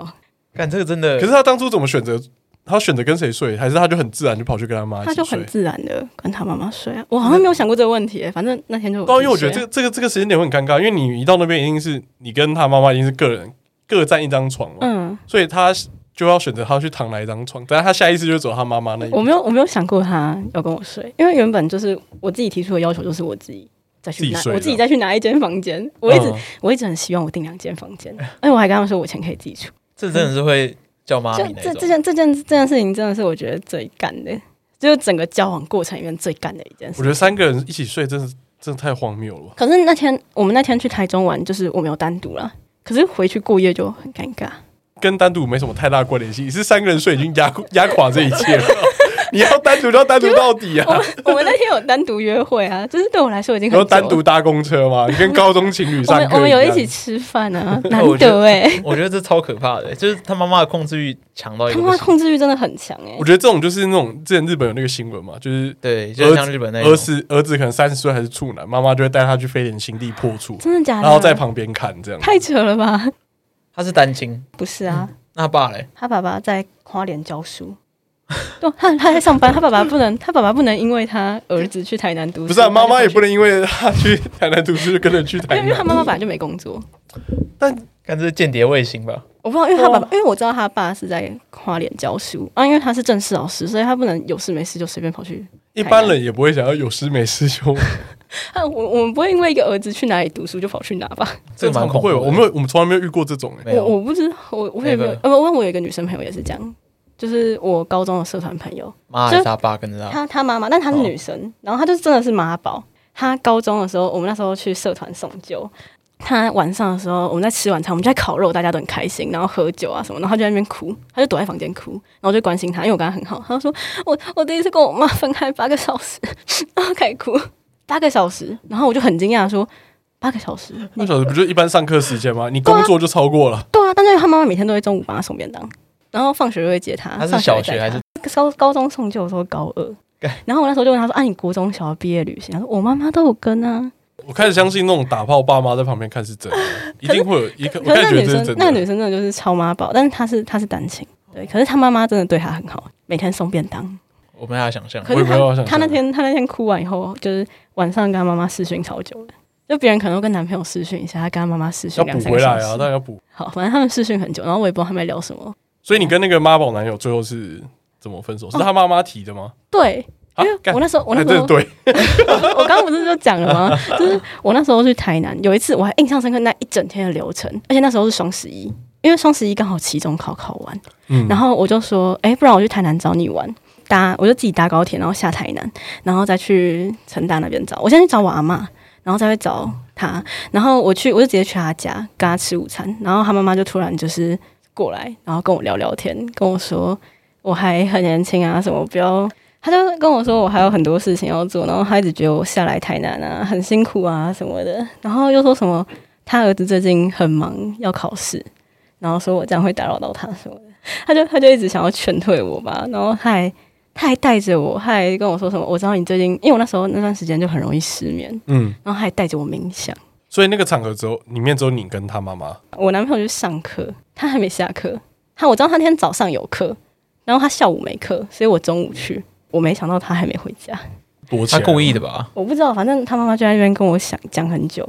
Speaker 3: 干这个真的，
Speaker 2: 可是他当初怎么选择？他选择跟谁睡？还是他就很自然就跑去跟他妈一
Speaker 6: 他
Speaker 2: 起
Speaker 6: 就
Speaker 2: 睡
Speaker 6: 很？自然的跟他妈妈睡啊，我好像没有想过这个问题，反正那天就
Speaker 2: 对啊，因为我觉得
Speaker 6: 自
Speaker 2: 这个这
Speaker 6: 己睡啊
Speaker 2: 个这个时间点会很尴尬，因为你一到那边一定是你跟他妈妈一定是个人各占一张床嘛，
Speaker 6: 嗯，
Speaker 2: 所以他就要选择他去躺哪一张床，但他下意识就走他妈妈那一边
Speaker 6: 我没有我没有想过他要跟我睡，因为原本就是我自己提出的要求，就是我自己再去
Speaker 2: 自
Speaker 6: 拿
Speaker 2: 己睡的
Speaker 6: 我自己再去拿一间房间。我一直、
Speaker 2: 嗯哎
Speaker 6: 我一直很希望我订两间房间，而且我还跟他们说我钱可以自己出。
Speaker 3: 这真的是会叫妈
Speaker 6: 就
Speaker 3: 咪那
Speaker 6: 这这
Speaker 3: 种。
Speaker 6: 件这件这件事情真的是我觉得最干的，就是整个交往过程里面最干的一件
Speaker 2: 我
Speaker 6: 事
Speaker 2: 觉。得三个人一起睡真的真的太荒谬了吧。
Speaker 6: 可是那天我们那天去台中玩，就是我没有单独啦，可是回去过夜就很尴尬。
Speaker 2: 跟单独没什么太大关联性，是三个人睡已经压压垮这一切 了。你要单独就要单独到底
Speaker 6: 我
Speaker 2: 啊！
Speaker 6: 们我们那天有单独约会啊， 就是对我来说已经
Speaker 2: 你
Speaker 6: 很
Speaker 2: 要
Speaker 6: 久了
Speaker 2: 单独搭公车吗？你 跟高中情侣
Speaker 6: 我
Speaker 2: 上课
Speaker 6: 们我们有一
Speaker 2: 样
Speaker 6: 起吃饭 啊，
Speaker 3: 那
Speaker 6: 难
Speaker 3: 我觉得
Speaker 6: 得哎、
Speaker 3: 我觉得这超可怕的，就是他妈妈的控制欲强到一
Speaker 6: 他
Speaker 3: 个不
Speaker 6: 妈妈
Speaker 3: 行。
Speaker 6: 控制欲真的很强哎、
Speaker 2: 我觉得这种就是那种之前日本有那个新闻嘛，就是
Speaker 3: 对，就是像日本那
Speaker 2: 儿
Speaker 3: 种，
Speaker 2: 子儿子可能三十岁还是处男，妈妈就会带他去飞点新地破处，
Speaker 6: 真的假的？
Speaker 2: 然后在旁边看这样。
Speaker 6: 太扯了吧？
Speaker 3: 他是单亲，
Speaker 6: 不是啊，
Speaker 3: 那他爸嘞？
Speaker 6: 他爸爸在花莲教书，对，他他在上班，他爸爸不能，他爸爸不能因为他儿子去台南读书，
Speaker 2: 不是啊，
Speaker 6: 他就
Speaker 2: 妈妈也
Speaker 6: 回去
Speaker 2: 不。能因为他去台南读书就跟着去
Speaker 6: 因
Speaker 2: 台
Speaker 6: 为因为他
Speaker 2: 南。啊
Speaker 6: 妈妈本来就没工作，
Speaker 3: 看这是间谍卫星吧？
Speaker 6: 我不知道，因为他爸爸，因为我知道他爸是在花莲教书啊，因为他是正式老师，所以他不能有事没事就随便跑去。
Speaker 2: 一般人也不会想要有事没事就，
Speaker 6: 啊，我我们不会因为一个儿子去哪里读书就跑去哪吧？
Speaker 3: 这个蛮恐怖
Speaker 2: 会
Speaker 3: 的。
Speaker 2: 吧，我们有我们从来没有遇过这种、欸。
Speaker 3: 没有
Speaker 6: 我我不知道，我我也没有
Speaker 3: Never，
Speaker 6: 呃，我我有一个女生朋友也是这样，就是我高中的社团朋友，
Speaker 3: 妈还是他爸跟着他，
Speaker 6: 她她妈妈，但她是女生，然后她就是真的是妈宝。她高中的时候，我们那时候去社团送酒，她晚上的时候我们在吃晚餐，我们就在烤肉，大家都很开心，然后喝酒啊什么，然后她就在那边哭，她就躲在房间哭，然后我就关心她，因为我跟她很好，她就说我我第一次跟我妈分开八个小时，然后开始哭八个小时，然后我就很惊讶地说八个小时，
Speaker 2: 那小时不就一般上课时间吗？你工作就超过了。
Speaker 6: 对啊，但是他妈妈每天都会中午帮他送便当，然后放学就会接他。
Speaker 3: 他是
Speaker 6: 上
Speaker 3: 小
Speaker 6: 会载
Speaker 3: 学还
Speaker 6: 他
Speaker 3: 是
Speaker 6: 高高中送就？我说高二
Speaker 3: 干。
Speaker 6: 然后我那时候就问他说：“啊，你国中小学毕业旅行？”他说：“我妈妈都有跟啊。
Speaker 2: 我开始相信那种打炮爸妈在旁边看是 真的，一定会有一个。”我
Speaker 6: 可
Speaker 2: 开始觉
Speaker 6: 是那
Speaker 2: 得
Speaker 6: 女
Speaker 2: 这是
Speaker 6: 生
Speaker 2: 真，
Speaker 6: 那个女
Speaker 2: 的。哦
Speaker 6: 生真的就是超妈宝，但是她是她是单亲，对。可是她妈妈真的对她很好，每天送便当。
Speaker 3: 我没法想象。
Speaker 6: 可
Speaker 2: 我
Speaker 6: 是
Speaker 2: 也没有想
Speaker 6: 她
Speaker 2: 象
Speaker 6: 她那天她那天哭完以后，就是晚上跟她妈妈视讯超久的，就别人可能会跟男朋友视讯一下，她跟她妈妈视讯
Speaker 2: 要
Speaker 6: 两
Speaker 2: 补
Speaker 6: 三
Speaker 2: 回
Speaker 6: 个
Speaker 2: 来
Speaker 6: 小
Speaker 2: 啊，当
Speaker 6: 时。
Speaker 2: 然要补。
Speaker 6: 好，反正他们视讯很久，然后我也不知道他们在聊什么。
Speaker 2: 所
Speaker 6: 哦
Speaker 2: 以你跟那个妈宝男友最后是怎么分手？是他妈妈提的吗？
Speaker 6: 对，
Speaker 2: 啊
Speaker 6: 因为，
Speaker 2: 干
Speaker 6: 我那时候我那
Speaker 2: 哎
Speaker 6: 时
Speaker 2: 对
Speaker 6: 候
Speaker 2: 对，
Speaker 6: 我刚刚不是就讲了吗？就是我那时候去台南，有一次我还印象深刻那一整天的流程，而且那时候是双十一，因为双十一刚好期中考考完，
Speaker 2: 嗯
Speaker 6: 然后我就说，哎、不然我去台南找你玩。搭我就自己搭高铁，然后下台南，然后再去成大那边找。我先去找我阿妈，然后再去找她。然后我去，我就直接去她家跟她吃午餐。然后她妈妈就突然就是过来，然后跟我聊聊天，跟我说我还很年轻啊，什么不要。她就跟我说我还有很多事情要做，然后她一直觉得我下来台南啊很辛苦啊什么的，然后又说什么她儿子最近很忙要考试，然后说我这样会打扰到他什么的。他就他就一直想要劝退我吧，然后他还他还带着我，他还跟我说什么？我知道你最近，因为我那时候那段时间就很容易失眠，
Speaker 2: 嗯，
Speaker 6: 然后他还带着我冥想。
Speaker 2: 所以那个场合只有里面只有你跟他妈妈。
Speaker 6: 我男朋友去上课，他还没下课，他我知道他那天早上有课，然后他下午没课，所以我中午去，我没想到他还没回家，
Speaker 2: 躲起
Speaker 3: 他
Speaker 2: 来
Speaker 3: 故意的吧？
Speaker 6: 我不知道，反正他妈妈就在那边跟我想讲很久，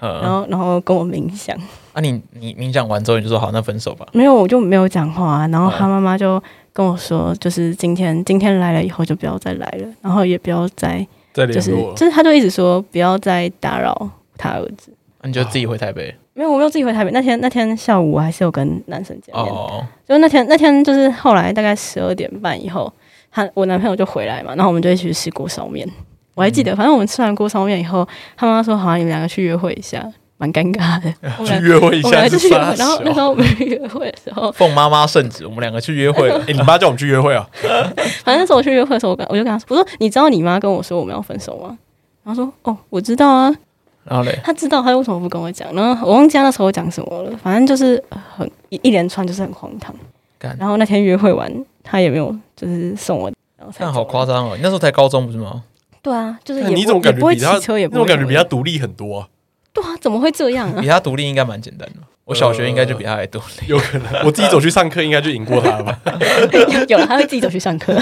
Speaker 6: 然
Speaker 3: 嗯，
Speaker 6: 后然后跟我冥想。
Speaker 3: 啊你你你讲完之后你就说好，那分手吧。
Speaker 6: 没有，我就没有讲话、啊然后他妈妈就跟我说，就是今天今天来了以后就不要再来了，然后也不要再
Speaker 2: 在
Speaker 6: 就
Speaker 2: 联
Speaker 6: 是
Speaker 2: 络了
Speaker 6: 就，是他就一直说不要再打扰他儿子。
Speaker 3: 啊你就自己回台北
Speaker 6: 没有，我没有自己回台北。那天那天下午我还是有跟男生见面，
Speaker 3: 哦。
Speaker 6: 就那天那天就是后来大概十二点半以后，他我男朋友就回来嘛，然后我们就一起去吃锅烧面。我还记
Speaker 2: 嗯
Speaker 6: 得，反正我们吃完锅烧面以后，他妈妈说好，你们两个去约会一下，蛮尴尬 的。我们
Speaker 2: 去
Speaker 6: 俩
Speaker 2: 约会一
Speaker 6: 我们
Speaker 2: 下
Speaker 6: 俩就是去约
Speaker 2: 啥
Speaker 6: 会，然后那时
Speaker 2: 小？
Speaker 6: 候我们约会的时候，
Speaker 3: 奉妈妈圣旨，我们两个去约 会了。
Speaker 2: 哎，你妈叫我们去约会啊？
Speaker 6: 反正那时候我去约会的时候，我跟我就跟他说，我说你知道你妈跟我说我们要分手吗？然后说哦，我知道啊，
Speaker 3: 然后嘞，
Speaker 6: 他知道他为什么不跟我讲？然后我忘记他那时候讲什么了，反正就是呃很一一连串就是很荒唐
Speaker 3: 干。
Speaker 6: 然后那天约会完，他也没有就是送我，然后才
Speaker 3: 看
Speaker 6: 走
Speaker 3: 好夸张哦！你那时候才高中不是吗？
Speaker 6: 对啊，就是也
Speaker 2: 那你
Speaker 6: 不
Speaker 2: 怎么
Speaker 6: 也
Speaker 2: 感
Speaker 6: 不
Speaker 2: 觉
Speaker 6: 会
Speaker 2: 比他
Speaker 6: 骑车，也
Speaker 2: 那
Speaker 6: 不会
Speaker 2: 种感觉比他
Speaker 6: 什么
Speaker 2: 独立很多啊？
Speaker 6: 的对啊，怎么会这样啊
Speaker 3: 比？他独立应该蛮简单的。我小学应该就比他还独立。
Speaker 2: 有可能，我自己走去上课应该就赢过他了吧？
Speaker 6: 有有了，他会自己走去上课，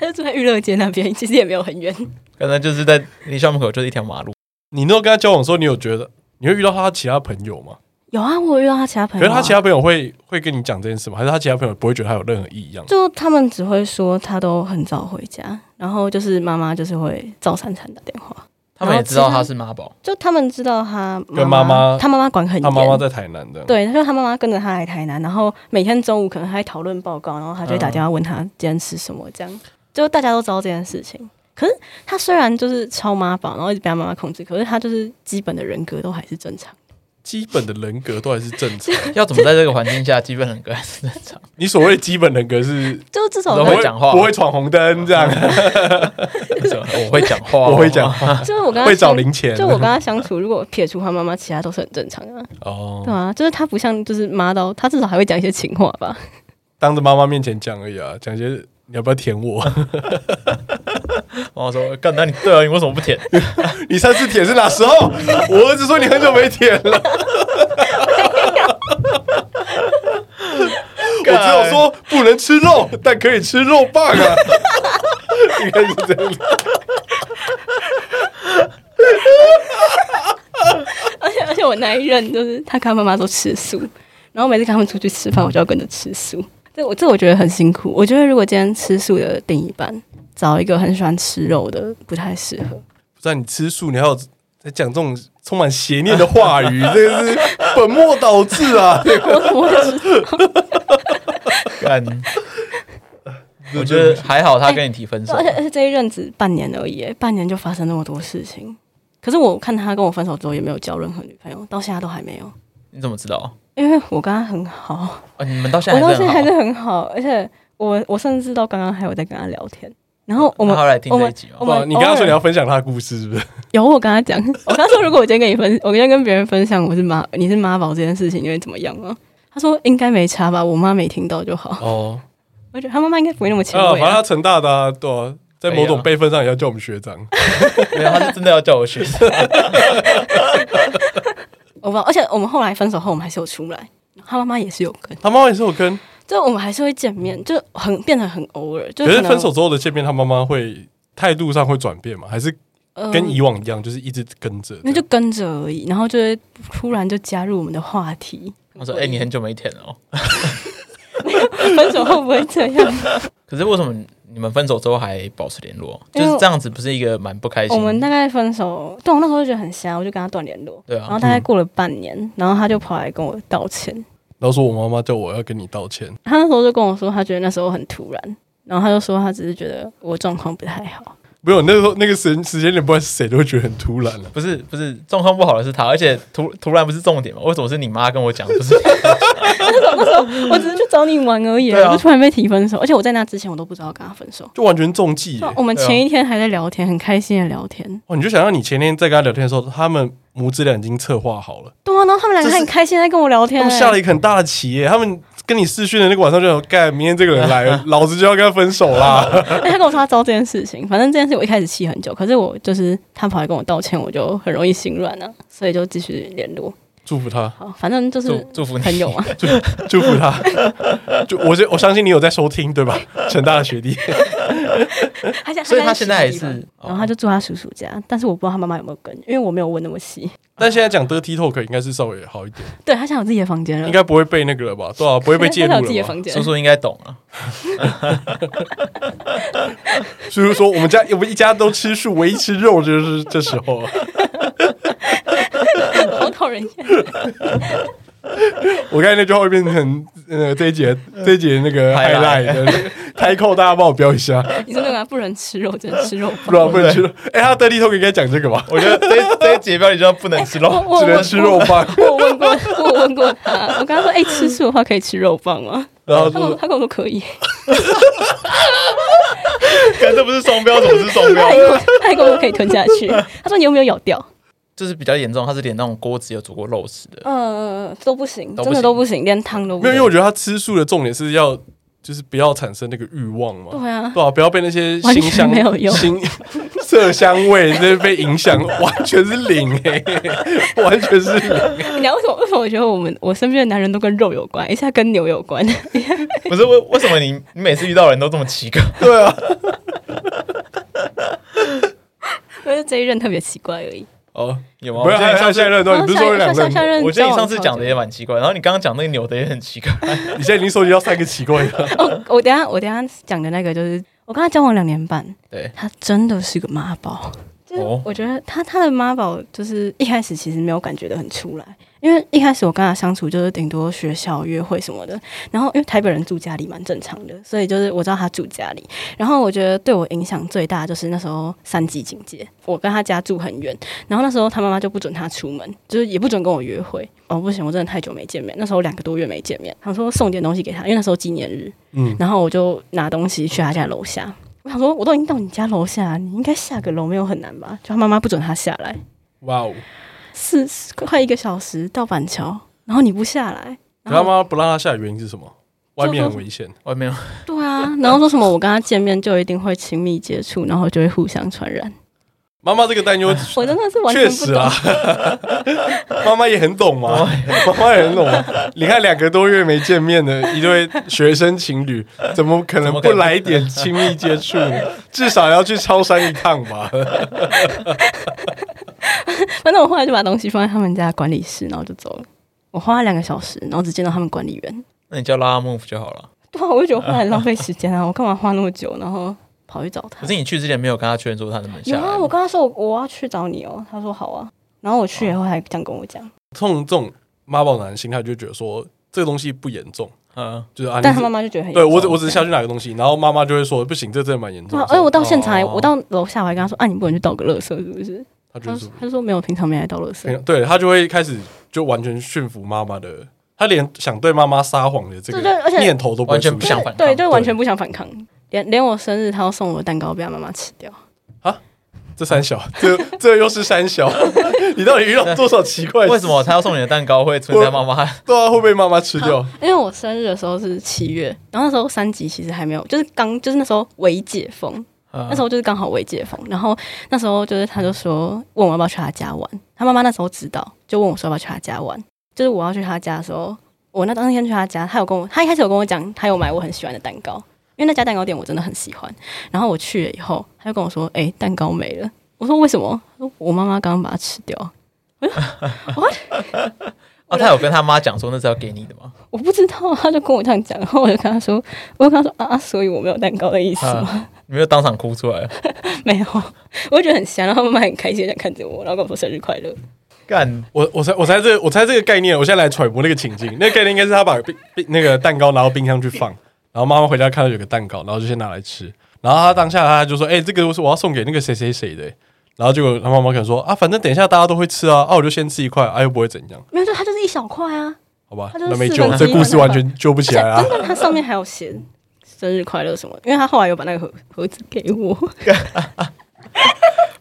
Speaker 6: 他就住在娱乐街那边，其实也没有很远。
Speaker 3: 刚才就是在离校门口就是一条马路，
Speaker 2: 你那时候跟他交往的时候，你有觉得你会遇到他其他朋友吗？
Speaker 6: 有啊，我有遇到他其他朋
Speaker 2: 可
Speaker 6: 友
Speaker 2: 是
Speaker 6: 啊、
Speaker 2: 他其他朋友会会跟你讲这件事吗？还是他其他朋友不会觉得他有任何异样？
Speaker 6: 就他们只会说他都很早回家，然后就是妈妈就是会照三餐打电话。
Speaker 3: 他们也知道他是妈宝，
Speaker 6: 就他们知道他
Speaker 2: 跟妈妈
Speaker 6: 他妈妈管很
Speaker 2: 他
Speaker 6: 严，啊
Speaker 2: 妈妈在台南的，，
Speaker 6: 对，他说他妈妈跟着他来台南，然后每天中午可能还讨论报告，然后他就会打电话问他今天吃什么，这样就大家都知道这件事情。可是他虽然就是超妈宝，然后一直被他妈妈控制，可是他就是基本的人格都还是 正常。
Speaker 2: 基本的人格都还是正常。
Speaker 3: 要怎么在这个环境下基本人格还是正 常？
Speaker 2: 你所谓基本人格 是
Speaker 6: 就至少
Speaker 3: 都
Speaker 2: 不
Speaker 3: 会讲话
Speaker 2: 不会闯红灯这样，
Speaker 3: 我会讲话哦，
Speaker 2: 我会讲话，
Speaker 6: 就是我跟他
Speaker 2: 会找
Speaker 6: 相
Speaker 2: 零钱。
Speaker 6: 就我跟他相处，如果撇除他妈妈，其他都是很正常啊，
Speaker 2: 哦
Speaker 6: 对，啊，就是他不像就是妈到，他至少还会讲一些情话吧。
Speaker 2: 当着妈妈面前讲而已啊，讲些你要不要舔我？
Speaker 3: 然后说干，那你对啊，你为什么不 舔？
Speaker 2: 你上次舔是哪时候？我儿子说你很久没舔了。 我只有说不能吃肉，但可以吃肉棒啊。 应该是这样子。
Speaker 6: 而且而且我那一任就是他跟他妈妈都吃素，然后每次跟他们出去吃饭，我就要跟着吃素。这我这我觉得很辛苦。我觉得如果今天吃素的另一半找一个很喜欢吃肉的，不太适合。
Speaker 2: 不然你吃素，你还有在讲这种充满邪念的话语，这个是本末倒置啊！
Speaker 6: 我怎么会知
Speaker 3: 干，我觉 得还好，他跟你提分手
Speaker 6: 道？而，且而且这一任只半年而已耶，半年就发生那么多事情。可是我看他跟我分手之后也没有交任何女朋友，到现在都还没有，
Speaker 3: 你怎么知道？
Speaker 6: 因为我跟他很好，
Speaker 3: 啊，你们到现在
Speaker 6: 我到
Speaker 3: 还是
Speaker 6: 现在还
Speaker 3: 很
Speaker 6: 是
Speaker 3: 好。
Speaker 6: 很好，而且我我甚至到刚刚还有在跟他聊天。然后我们
Speaker 3: 他后来听
Speaker 6: 我
Speaker 3: 这
Speaker 6: 们
Speaker 3: 一集哦
Speaker 6: 我
Speaker 3: 吗？
Speaker 6: 们
Speaker 2: 哦哇，你刚刚
Speaker 6: 偶
Speaker 2: 说
Speaker 6: 尔
Speaker 2: 你要分享他的故事，是不是？
Speaker 6: 有 我跟他讲，我跟他说，如果我今天跟你分，我今天跟别人分享我是妈，你是妈宝这件事情，你会怎么样吗？他说应该没差吧，我妈没听到就好。
Speaker 2: 哦，
Speaker 6: 我觉得他妈妈应该不会那么前
Speaker 2: 啊，
Speaker 6: 卫、
Speaker 2: 反正他。
Speaker 6: 啊
Speaker 2: 成大的、啊，对、啊，在某种辈分上也要叫我们学长。
Speaker 6: 哎
Speaker 3: 没有，他是真的要叫我学习。
Speaker 6: 我不知道，而且我们后来分手后，我们还是有出来，他妈妈也是有跟，
Speaker 2: 他妈妈也是有跟，
Speaker 6: 就我们还是会见面，就很变得很偶尔。就
Speaker 2: 可是
Speaker 6: 能
Speaker 2: 分手之后的见面，他妈妈会态度上会转变嘛？还是
Speaker 6: 呃
Speaker 2: 跟以往一样，就是一直跟着？
Speaker 6: 那就跟着而已，然后就会突然就加入我们的话题。
Speaker 3: 我说：“哎、你很久没舔了、哦。
Speaker 6: 分手后不会这 样，”
Speaker 3: 可是为什么你们分手之后还保持联络？就
Speaker 6: 因为
Speaker 3: 是这样子，不是一个蛮不开心？
Speaker 6: 我们大概分手，对我那时候就觉得很瞎，我就跟他断联络。
Speaker 3: 对
Speaker 6: 然
Speaker 3: 啊
Speaker 6: 后，大概过了半年，然后他就跑来跟我道歉。
Speaker 2: 然后说我妈妈叫我要跟你道歉，
Speaker 6: 他那时候就跟我说，他觉得那时候很突然，然后他就说他只是觉得我状况不太好。
Speaker 2: 没有那时候那个时间时间点，不管是谁都会觉得很突然了、
Speaker 3: 不是不是状况不好的是他，而且突突然不是重点嘛？为什么是你妈跟我讲？ 不是
Speaker 6: 我只是去找你玩而已，
Speaker 3: 嗯对啊
Speaker 6: 我就突然被提分手，而且我在那之前我都不知道跟他分手。哦
Speaker 2: 就完全中计耶、
Speaker 6: 我们前一天还在聊天，很开心的聊天。
Speaker 2: 哦，你就想让你前天在跟他聊天的时候，他们母子俩已经策划好了，
Speaker 6: 对啊，然后他们两个
Speaker 2: 这是
Speaker 6: 很开心在跟我聊天、
Speaker 2: 他
Speaker 3: 哦
Speaker 6: 欸，
Speaker 2: 们下了一个很大的棋耶、他们跟你试训的那个晚上就有干，明天这个人来， 老子就要跟他分手啦。
Speaker 6: 而欸且他跟我说他知道这件事情，反正这件事我一开始气很久，可是我就是他跑来跟我道歉，我就很容易心软啊，所以就继续联络。
Speaker 2: 祝福他，
Speaker 6: 好，反正就
Speaker 3: 祝
Speaker 6: 是
Speaker 3: 祝福你
Speaker 6: 朋友啊 嘛。
Speaker 2: 祝福他。 就我是我相信你有在收听 对吧？成大的学弟，
Speaker 6: 他现
Speaker 3: 所以他现在还
Speaker 6: 是
Speaker 3: 是哦
Speaker 6: 十几吧，然后他就住他叔叔家，但是我不知道他妈妈有没有跟，因为我没有问那么细。
Speaker 2: 但现在讲 dirty talk 应该是稍微好一点，
Speaker 6: 对他现在有自己的房间了，
Speaker 2: 应该不会被那个了吧？对啊，不会被介入
Speaker 6: 他有自己的
Speaker 2: 了吧？
Speaker 6: 房间
Speaker 3: 叔。叔应该懂啊。
Speaker 2: 所以说我们家我们一家都吃素，唯一吃肉就是 这时候。
Speaker 6: 好讨人厌。
Speaker 2: 我刚才那句话会变成呃这一节这一节那个 highlight
Speaker 3: Highlight
Speaker 2: 的开扣，大家帮我标一下，
Speaker 6: 你说那个啊不能吃肉，只能吃肉
Speaker 2: 不然
Speaker 6: 包。
Speaker 2: 不能吃肉。哎，他 dirty talk 应该讲这个吧？
Speaker 3: 我觉得这这一节标题叫不能吃肉。
Speaker 6: 我
Speaker 2: 只
Speaker 6: 我
Speaker 2: 能吃肉棒。
Speaker 6: 我问过，我问过他，我跟他说，哎、吃素的话可以吃肉棒吗？
Speaker 2: 然后
Speaker 6: 他跟我
Speaker 2: 说
Speaker 6: 他跟我说可以，
Speaker 3: 看这不是双标，怎么是双
Speaker 6: 他
Speaker 2: 啊
Speaker 3: 标
Speaker 6: 还？跟我他还跟我说可以吞下 去。他说你有没有咬掉？
Speaker 3: 就是比较严重，他是连那种锅子有煮过肉吃的，
Speaker 6: 呃，都不行，
Speaker 3: 都不行
Speaker 6: 真的都不行，连汤都不
Speaker 2: 没有，因为
Speaker 6: 行。
Speaker 2: 我觉得他吃素的重点是要就是不要产生那个欲望嘛。
Speaker 6: 对啊，
Speaker 2: 对啊，不要被那些
Speaker 6: 完
Speaker 2: 新
Speaker 6: 全
Speaker 2: 香、
Speaker 6: 没有用
Speaker 2: 新色香味那被影响，完全是零哎、完全是零。
Speaker 6: 你知道为什么？为什么我觉得我们我身边的男人都跟肉有关，一下跟牛有 关？
Speaker 3: 不是为为什么你你每次遇到的人都这么奇怪？
Speaker 2: 对啊，
Speaker 6: 我觉得这一任特别奇怪而已。哦
Speaker 2: 哦，
Speaker 3: 有吗？
Speaker 2: 不
Speaker 3: 我
Speaker 2: 是，
Speaker 3: 之
Speaker 2: 还有还有
Speaker 3: 前上次
Speaker 2: 下一任段，你不是说有两
Speaker 6: 下下
Speaker 2: 任？
Speaker 6: 任，
Speaker 3: 我觉得你上次讲的也蛮奇怪，然后你刚刚讲那个扭的也很奇怪，
Speaker 2: 你现在已经收集到三个奇怪的，
Speaker 6: 哦，我等一下我等一下讲的那个就是我跟他交往两年半，
Speaker 3: 对，
Speaker 6: 他真的是个妈宝。就是
Speaker 3: 哦
Speaker 6: 我觉得他他的妈宝就是一开始其实没有感觉得很出来，因为一开始我跟他相处就是顶多学校约会什么的，然后因为台北人住家里蛮正常的，所以就是我知道他住家里。然后我觉得对我影响最大就是那时候三级警戒，我跟他家住很远，然后那时候他妈妈就不准他出门，就是也不准跟我约会。哦，不行，我真的太久没见面，那时候两个多月没见面，他说送点东西给他，因为那时候纪念日，
Speaker 2: 嗯，
Speaker 6: 然后我就拿东西去他家楼下。我想说，我都已经到你家楼下，你应该下个楼没有很难吧？就他妈妈不准他下来，
Speaker 2: 哇哦，
Speaker 6: 四快一个小时到板桥，然后你不下来，
Speaker 2: 可他
Speaker 6: 然后
Speaker 2: 妈不让他下的原因是什么？外面很危险，
Speaker 3: 我没有。
Speaker 6: 对啊，然后说什么我跟他见面就一定会亲密接触，然后就会互相传染。
Speaker 2: 妈妈这个担忧
Speaker 6: 我真的是完全
Speaker 2: 确
Speaker 6: 不
Speaker 2: 实
Speaker 6: 懂，
Speaker 2: 啊， 妈妈也很懂 嘛，妈妈也很懂嘛。你看两个多月没见面的一对学生情 侣，怎么可能
Speaker 3: 怎么
Speaker 2: 不
Speaker 3: 可能
Speaker 2: 来一点亲密接触呢？至少要去超商一趟吧。
Speaker 6: 反正我后来就把东西放在他们家管理室，然后就走了。我花了两个小时，然后只见到他们管理员。
Speaker 3: 那你叫拉拉 move 就好了。
Speaker 6: 对啊，我就觉得花很浪费时 间啊，我干嘛花那么久，然后跑去找他
Speaker 3: 可？是你去之前没有跟他确认说他能不能
Speaker 6: 有
Speaker 3: 下
Speaker 6: 啊，我
Speaker 3: 来。
Speaker 6: 跟他说我我要去找你哦，他说好啊。然后我去以后还这样跟我讲，
Speaker 2: 这种这种妈宝男的心态就觉得说这个东西不严重，
Speaker 3: 嗯，
Speaker 2: 就是啊，
Speaker 6: 但
Speaker 2: 你
Speaker 6: 他
Speaker 2: 只
Speaker 6: 妈妈就觉得很
Speaker 2: 对
Speaker 6: 严重
Speaker 2: 我只我只是下去拿个东西，然后妈妈就会说不行，这真的蛮严重
Speaker 6: 对啊
Speaker 2: 的。
Speaker 6: 而且我到现场还，
Speaker 3: 哦
Speaker 6: 我到楼下我还跟他说，啊，你不能去倒个垃圾是不是？
Speaker 2: 他就
Speaker 6: 他
Speaker 2: 是
Speaker 6: 说他就说没有，平常没来倒垃圾。
Speaker 2: 对他就会开始就完全驯服妈妈的，他连想对妈妈撒谎的这
Speaker 6: 对对而
Speaker 2: 个
Speaker 6: 且
Speaker 2: 念头都不会
Speaker 3: 完全
Speaker 2: 出
Speaker 3: 不
Speaker 2: 现
Speaker 3: 想反抗
Speaker 6: 对，就完全不想反抗，连连我生日他要送我的蛋糕被他妈妈吃掉。
Speaker 2: 这三小，这这又是三小， 你到底遇到多少奇怪？
Speaker 3: 为什？么他要送你的蛋糕会存在妈妈？
Speaker 2: 对啊，会被妈妈吃掉。
Speaker 6: 因为我生日的时候是七月，然后那时候三级其实还没有，就是刚就是那时候微解封，那
Speaker 3: 那
Speaker 6: 时候就是刚好微解封，然后那时候就是他就说问我要不要去他家玩，他妈妈那时候知道，就问我说要不要去他家玩，就是我要去他家的时候，我那当天去他家，他有跟我，他一开始有跟我讲，他有买我很喜欢的蛋糕，因为那家蛋糕店我真的很喜欢，然后我去了以后，他就跟我说，哎、蛋糕没了，我说为什么？他说我妈妈刚刚把它吃掉，
Speaker 3: 啊，他有跟他妈讲说那是要给你的吗？
Speaker 6: 我不知道，他就跟我这样讲，然后我就跟他说，我就跟他说啊啊，所以我没有蛋糕的意思吗？
Speaker 3: 啊，你没有当场哭出来？
Speaker 6: 没有，我就觉得很香，然后妈妈很开心，这样看着我，然后跟我说生日快乐。
Speaker 3: 干，
Speaker 2: 我我猜我猜这我猜这个概念，我现在来揣摩那个情境。那个概念应该是他把冰冰那个蛋糕拿到冰箱去放，然后妈妈回家看到有个蛋糕，然后就先拿来吃。然后他当下他就说：“哎、这个是我要送给那个谁谁谁的、然后结果他妈妈可能说：“啊，反正等一下大家都会吃啊，啊，我就先吃一块，啊，又不会怎样，
Speaker 6: 没有，就它就是一小块啊，
Speaker 2: 好吧？”
Speaker 6: 他就是
Speaker 2: 那没
Speaker 6: 四
Speaker 2: 救，
Speaker 6: 分之
Speaker 2: 这
Speaker 6: 一
Speaker 2: 故事
Speaker 6: 的
Speaker 2: 完
Speaker 6: 那
Speaker 2: 全救不起来啊
Speaker 6: 而且！真的，它上面还有写生日快乐什么，因为他后来有把那个盒盒子给我，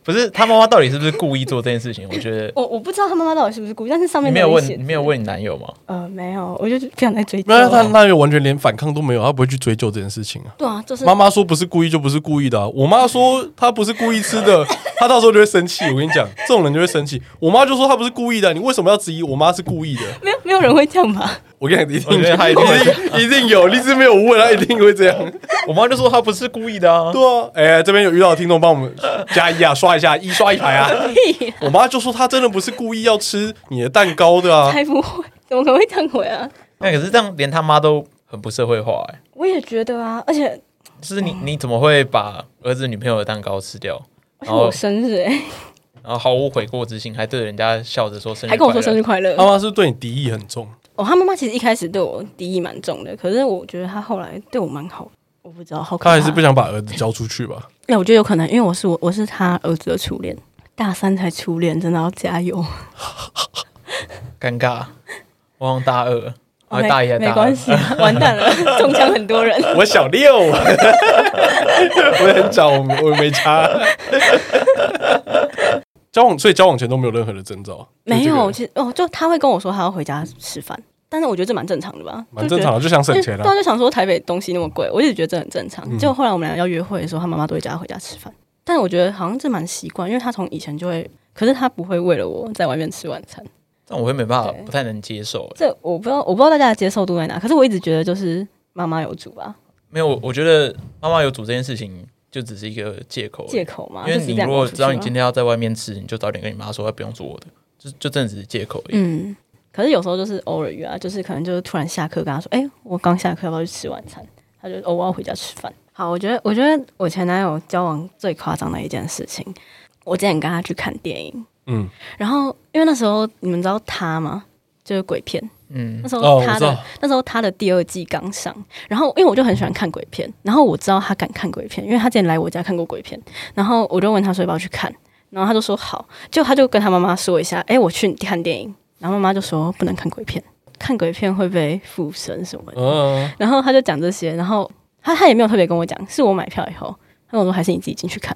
Speaker 3: 不是他妈妈到底是不是故意做这件事情？我觉得
Speaker 6: 我我不知道他妈妈到底是不是故意，但是上
Speaker 3: 你
Speaker 6: 面
Speaker 3: 没有
Speaker 6: 写
Speaker 3: 问，你没有问你男友吗？
Speaker 6: 呃，没有，我就不想再追究
Speaker 2: 没有，他
Speaker 6: 了。
Speaker 2: 那个完全连反抗都没有，他不会去追究这件事情啊。
Speaker 6: 对啊，就是
Speaker 2: 妈妈说不是故意就不是故意的啊、我妈说她不是故意吃的，她到时候就会生气。我跟你讲，这种人就会生气。我妈就说她不是故意的，你为什么要质疑？我妈是故意的。
Speaker 6: 没有没有人会这样 吧？
Speaker 2: 我跟你讲，
Speaker 3: 我
Speaker 2: 一
Speaker 3: 觉得
Speaker 2: 定
Speaker 3: 她一定
Speaker 2: 一定一定有，荔枝没有问，她一定会这样。
Speaker 3: 我妈就说她不是故意的啊。
Speaker 6: 嗯
Speaker 2: 对啊，哎、这边有遇到的听众帮我们加一啊，刷一下一刷一排啊。 我妈就说她真的不是故意要吃你的蛋糕的啊。
Speaker 6: 才不会，怎么可能会这样回啊？
Speaker 3: 那可是这样，连他妈都很不社会化哎。
Speaker 6: 我也觉得啊，而且
Speaker 3: 就是
Speaker 6: 哦
Speaker 3: 你你怎么会把儿子女朋友的蛋糕吃掉？
Speaker 6: 而
Speaker 3: 然
Speaker 6: 且
Speaker 3: 后
Speaker 6: 我生日哎、
Speaker 3: 然后毫无悔过之心，还对人家笑着说生日，
Speaker 6: 还跟我说生日。快乐
Speaker 2: 她。妈是不是对你敌意很重，
Speaker 6: 哦，他妈妈其实一开始对我敌意蛮重的，可是我觉得他后来对我蛮好的，我不知道，好可
Speaker 2: 她
Speaker 6: 怕。
Speaker 2: 还是不想把儿子交出去吧？
Speaker 6: 哎、我觉得有可能，因为我是我我是他儿子的初恋，大三才初恋，真的要加油。
Speaker 3: 尴尬，我好像大二，啊大一还大
Speaker 6: 没没
Speaker 3: 二
Speaker 6: 关，系，啊 完蛋了，中枪很多人。
Speaker 2: 我小六，我很早，我没我没差。 交往，所以交往前都没有任何的征兆，
Speaker 6: 没
Speaker 2: 就这
Speaker 6: 有，
Speaker 2: 个
Speaker 6: 其实哦，就他会跟我说他要回家吃饭，但是我觉得这蛮正常的吧，
Speaker 2: 蛮正常的，就想省
Speaker 6: 就觉
Speaker 2: 钱了、
Speaker 6: 得。对啊，就想说台北东西那么贵，我一直觉得这很正常。
Speaker 2: 嗯
Speaker 6: 结果后来我们俩要约会的时候，他妈妈都会叫他回家吃饭，但我觉得好像这蛮习惯，因为他从以前就会，可是他不会为了我在外面吃晚餐。
Speaker 3: 但我会没办法，
Speaker 6: 对
Speaker 3: 不太能接受。哎
Speaker 6: 这我不知道，我不知道大家的接受度在哪。可是我一直觉得就是妈妈有主吧，
Speaker 3: 没有，我我觉得妈妈有煮这件事情就只是一个借口，
Speaker 6: 借口嘛。
Speaker 3: 因为
Speaker 6: 就是
Speaker 3: 你
Speaker 6: 这样
Speaker 3: 如果
Speaker 6: 出去啊
Speaker 3: 知道你
Speaker 6: 嘛
Speaker 3: 今天要在外面吃，你就早点跟你妈说，哎不用做我的，就就真的只是借口而已。
Speaker 6: 嗯，可是有时候就是偶尔约啊，就是可能就是突然下课跟他说，哎、我刚下课，要不要去吃晚餐？他就哦，我要回家吃饭。好，我觉得我觉得我前男友交往最夸张的一件事情，我之前跟他去看电影，
Speaker 2: 嗯，
Speaker 6: 然后因为那时候你们知道他吗？就是鬼片，
Speaker 3: 嗯
Speaker 6: 那，时
Speaker 2: 哦
Speaker 6: 候
Speaker 2: 我
Speaker 6: 他
Speaker 2: 知
Speaker 6: 的、
Speaker 2: 道
Speaker 6: 那时候他的第二季刚上，然后因为我就很喜欢看鬼片，然后我知道他敢看鬼片，因为他之前来我家看过鬼片，然后我就问他说要不要去看，然后他就说好，就他就跟他妈妈说一下，哎、我去你看电影，然后妈妈就说不能看鬼片，看鬼片会被附身什么的，
Speaker 2: 嗯，
Speaker 6: 然后他就讲这些，然后他他也没有特别跟我讲，是我买票以后，他跟我说还是你自己进去看，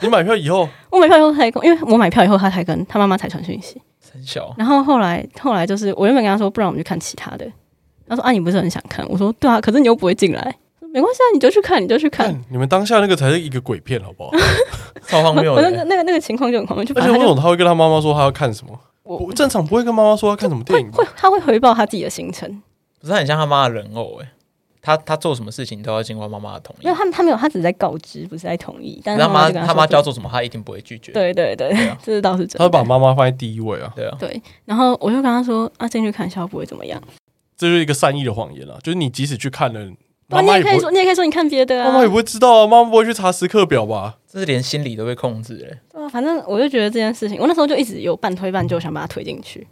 Speaker 2: 你买票以后，
Speaker 6: 我买票以后他才跟，因为我买票以后他才跟他妈妈才传讯息，
Speaker 3: 很小，
Speaker 6: 然后后来后来就是我原本跟他说，不然我们去看其他的。他说啊，你不是很想看？我说对啊，可是你又不会进来。说没关系啊，你就去看，你就去 看。
Speaker 2: 看你们当下那个才是一个鬼片，好不好？
Speaker 3: 超荒谬
Speaker 6: 我那个
Speaker 3: 的。
Speaker 6: 那个那个情况就很恐怖，就
Speaker 2: 欸而
Speaker 6: 反
Speaker 2: 且
Speaker 6: 正
Speaker 2: 为
Speaker 6: 他
Speaker 2: 什
Speaker 6: 就
Speaker 2: 么他会跟他妈妈说他要看什么？我正常不会跟妈妈说要看什么电
Speaker 6: 会
Speaker 2: 影吧
Speaker 6: 会他会回报他自己的行程。
Speaker 3: 不是他很像他妈的人偶哎，他他做什么事情都要经过妈妈的同意
Speaker 6: 没有，。他们他没有，他只是在告知，不是在同意。但是
Speaker 3: 他
Speaker 6: 妈
Speaker 3: 妈
Speaker 6: 就跟
Speaker 3: 他
Speaker 6: 说
Speaker 3: 妈教。做什么，他一定不会拒绝。
Speaker 6: 对对对
Speaker 3: 对啊，
Speaker 6: 这倒是真
Speaker 2: 他会
Speaker 6: 的。
Speaker 2: 把妈妈放在第一位啊，
Speaker 3: 对啊，
Speaker 6: 对，然后我就跟他说啊，进去看一下不会怎么样。
Speaker 2: 这就是一个善意的谎言啊，就是你即使去看了，
Speaker 6: 对啊，
Speaker 2: 妈
Speaker 6: 你
Speaker 2: 妈
Speaker 6: 也
Speaker 2: 也不
Speaker 6: 可以
Speaker 2: 会，
Speaker 6: 说，你也可以说你看别的啊。
Speaker 2: 妈妈也不会知道啊，妈妈不会去查时刻表吧？
Speaker 3: 这是连心理都被控制哎。
Speaker 6: 对啊，反正我就觉得这件事情，我那时候就一直有半推半就想把他推进去，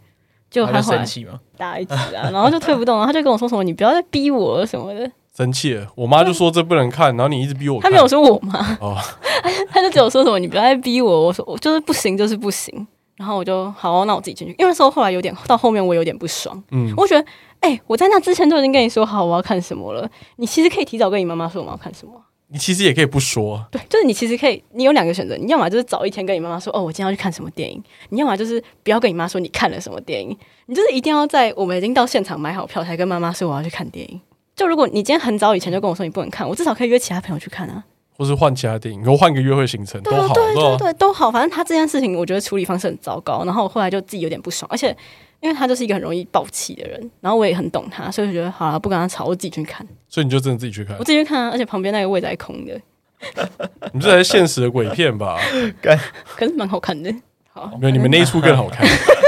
Speaker 6: 就
Speaker 3: 他
Speaker 6: 他
Speaker 3: 就
Speaker 6: 后来
Speaker 3: 生气嘛，
Speaker 6: 打一直啊， 然后就推不动，然后他就跟我说什么“你不要再逼我了”什么的。
Speaker 2: 生气了，我妈就说这不能看，然后你一直逼我
Speaker 6: 他
Speaker 2: 看，
Speaker 6: 没有说我嘛，
Speaker 2: 哦，
Speaker 6: 他就只有说什么“你不要再逼我”，我说我就是不行，就是不行。然后我就好、那我自己进去，因为那时候后来有点到后面我有点不爽，
Speaker 2: 嗯，
Speaker 6: 我觉得哎、我在那之前就已经跟你说好我要看什么了，你其实可以提早跟你妈妈说我们要看什么。
Speaker 7: 你其实也可以不说啊，
Speaker 6: 对，就是你其实可以，你有两个选择，你要么就是早一天跟你妈妈说，哦，我今天要去看什么电影；你要么就是不要跟你妈说你看了什么电影，你就是一定要在我们已经到现场买好票才跟妈妈说我要去看电影。就如果你今天很早以前就跟我说你不能看，我至少可以约其他朋友去看啊。
Speaker 2: 或是换其他电影，或换个约会行程都
Speaker 6: 对啊
Speaker 2: 好，
Speaker 6: 对
Speaker 2: 都好
Speaker 6: 对对，都好。反正他这件事情，我觉得处理方式很糟糕。然后我后来就自己有点不爽，而且因为他就是一个很容易爆气的人，然后我也很懂他，所以我觉得好了，不跟他吵，我自己去看，
Speaker 2: 所以你就真的自己去看
Speaker 6: 我，自己去看啊。而且旁边那个位置还空的，
Speaker 2: 你们这才是现实的鬼片吧？
Speaker 6: 可是蛮好看的。好，
Speaker 2: 没有，你们那一出更好 看。
Speaker 7: 我在
Speaker 2: 因为那时 候对啊，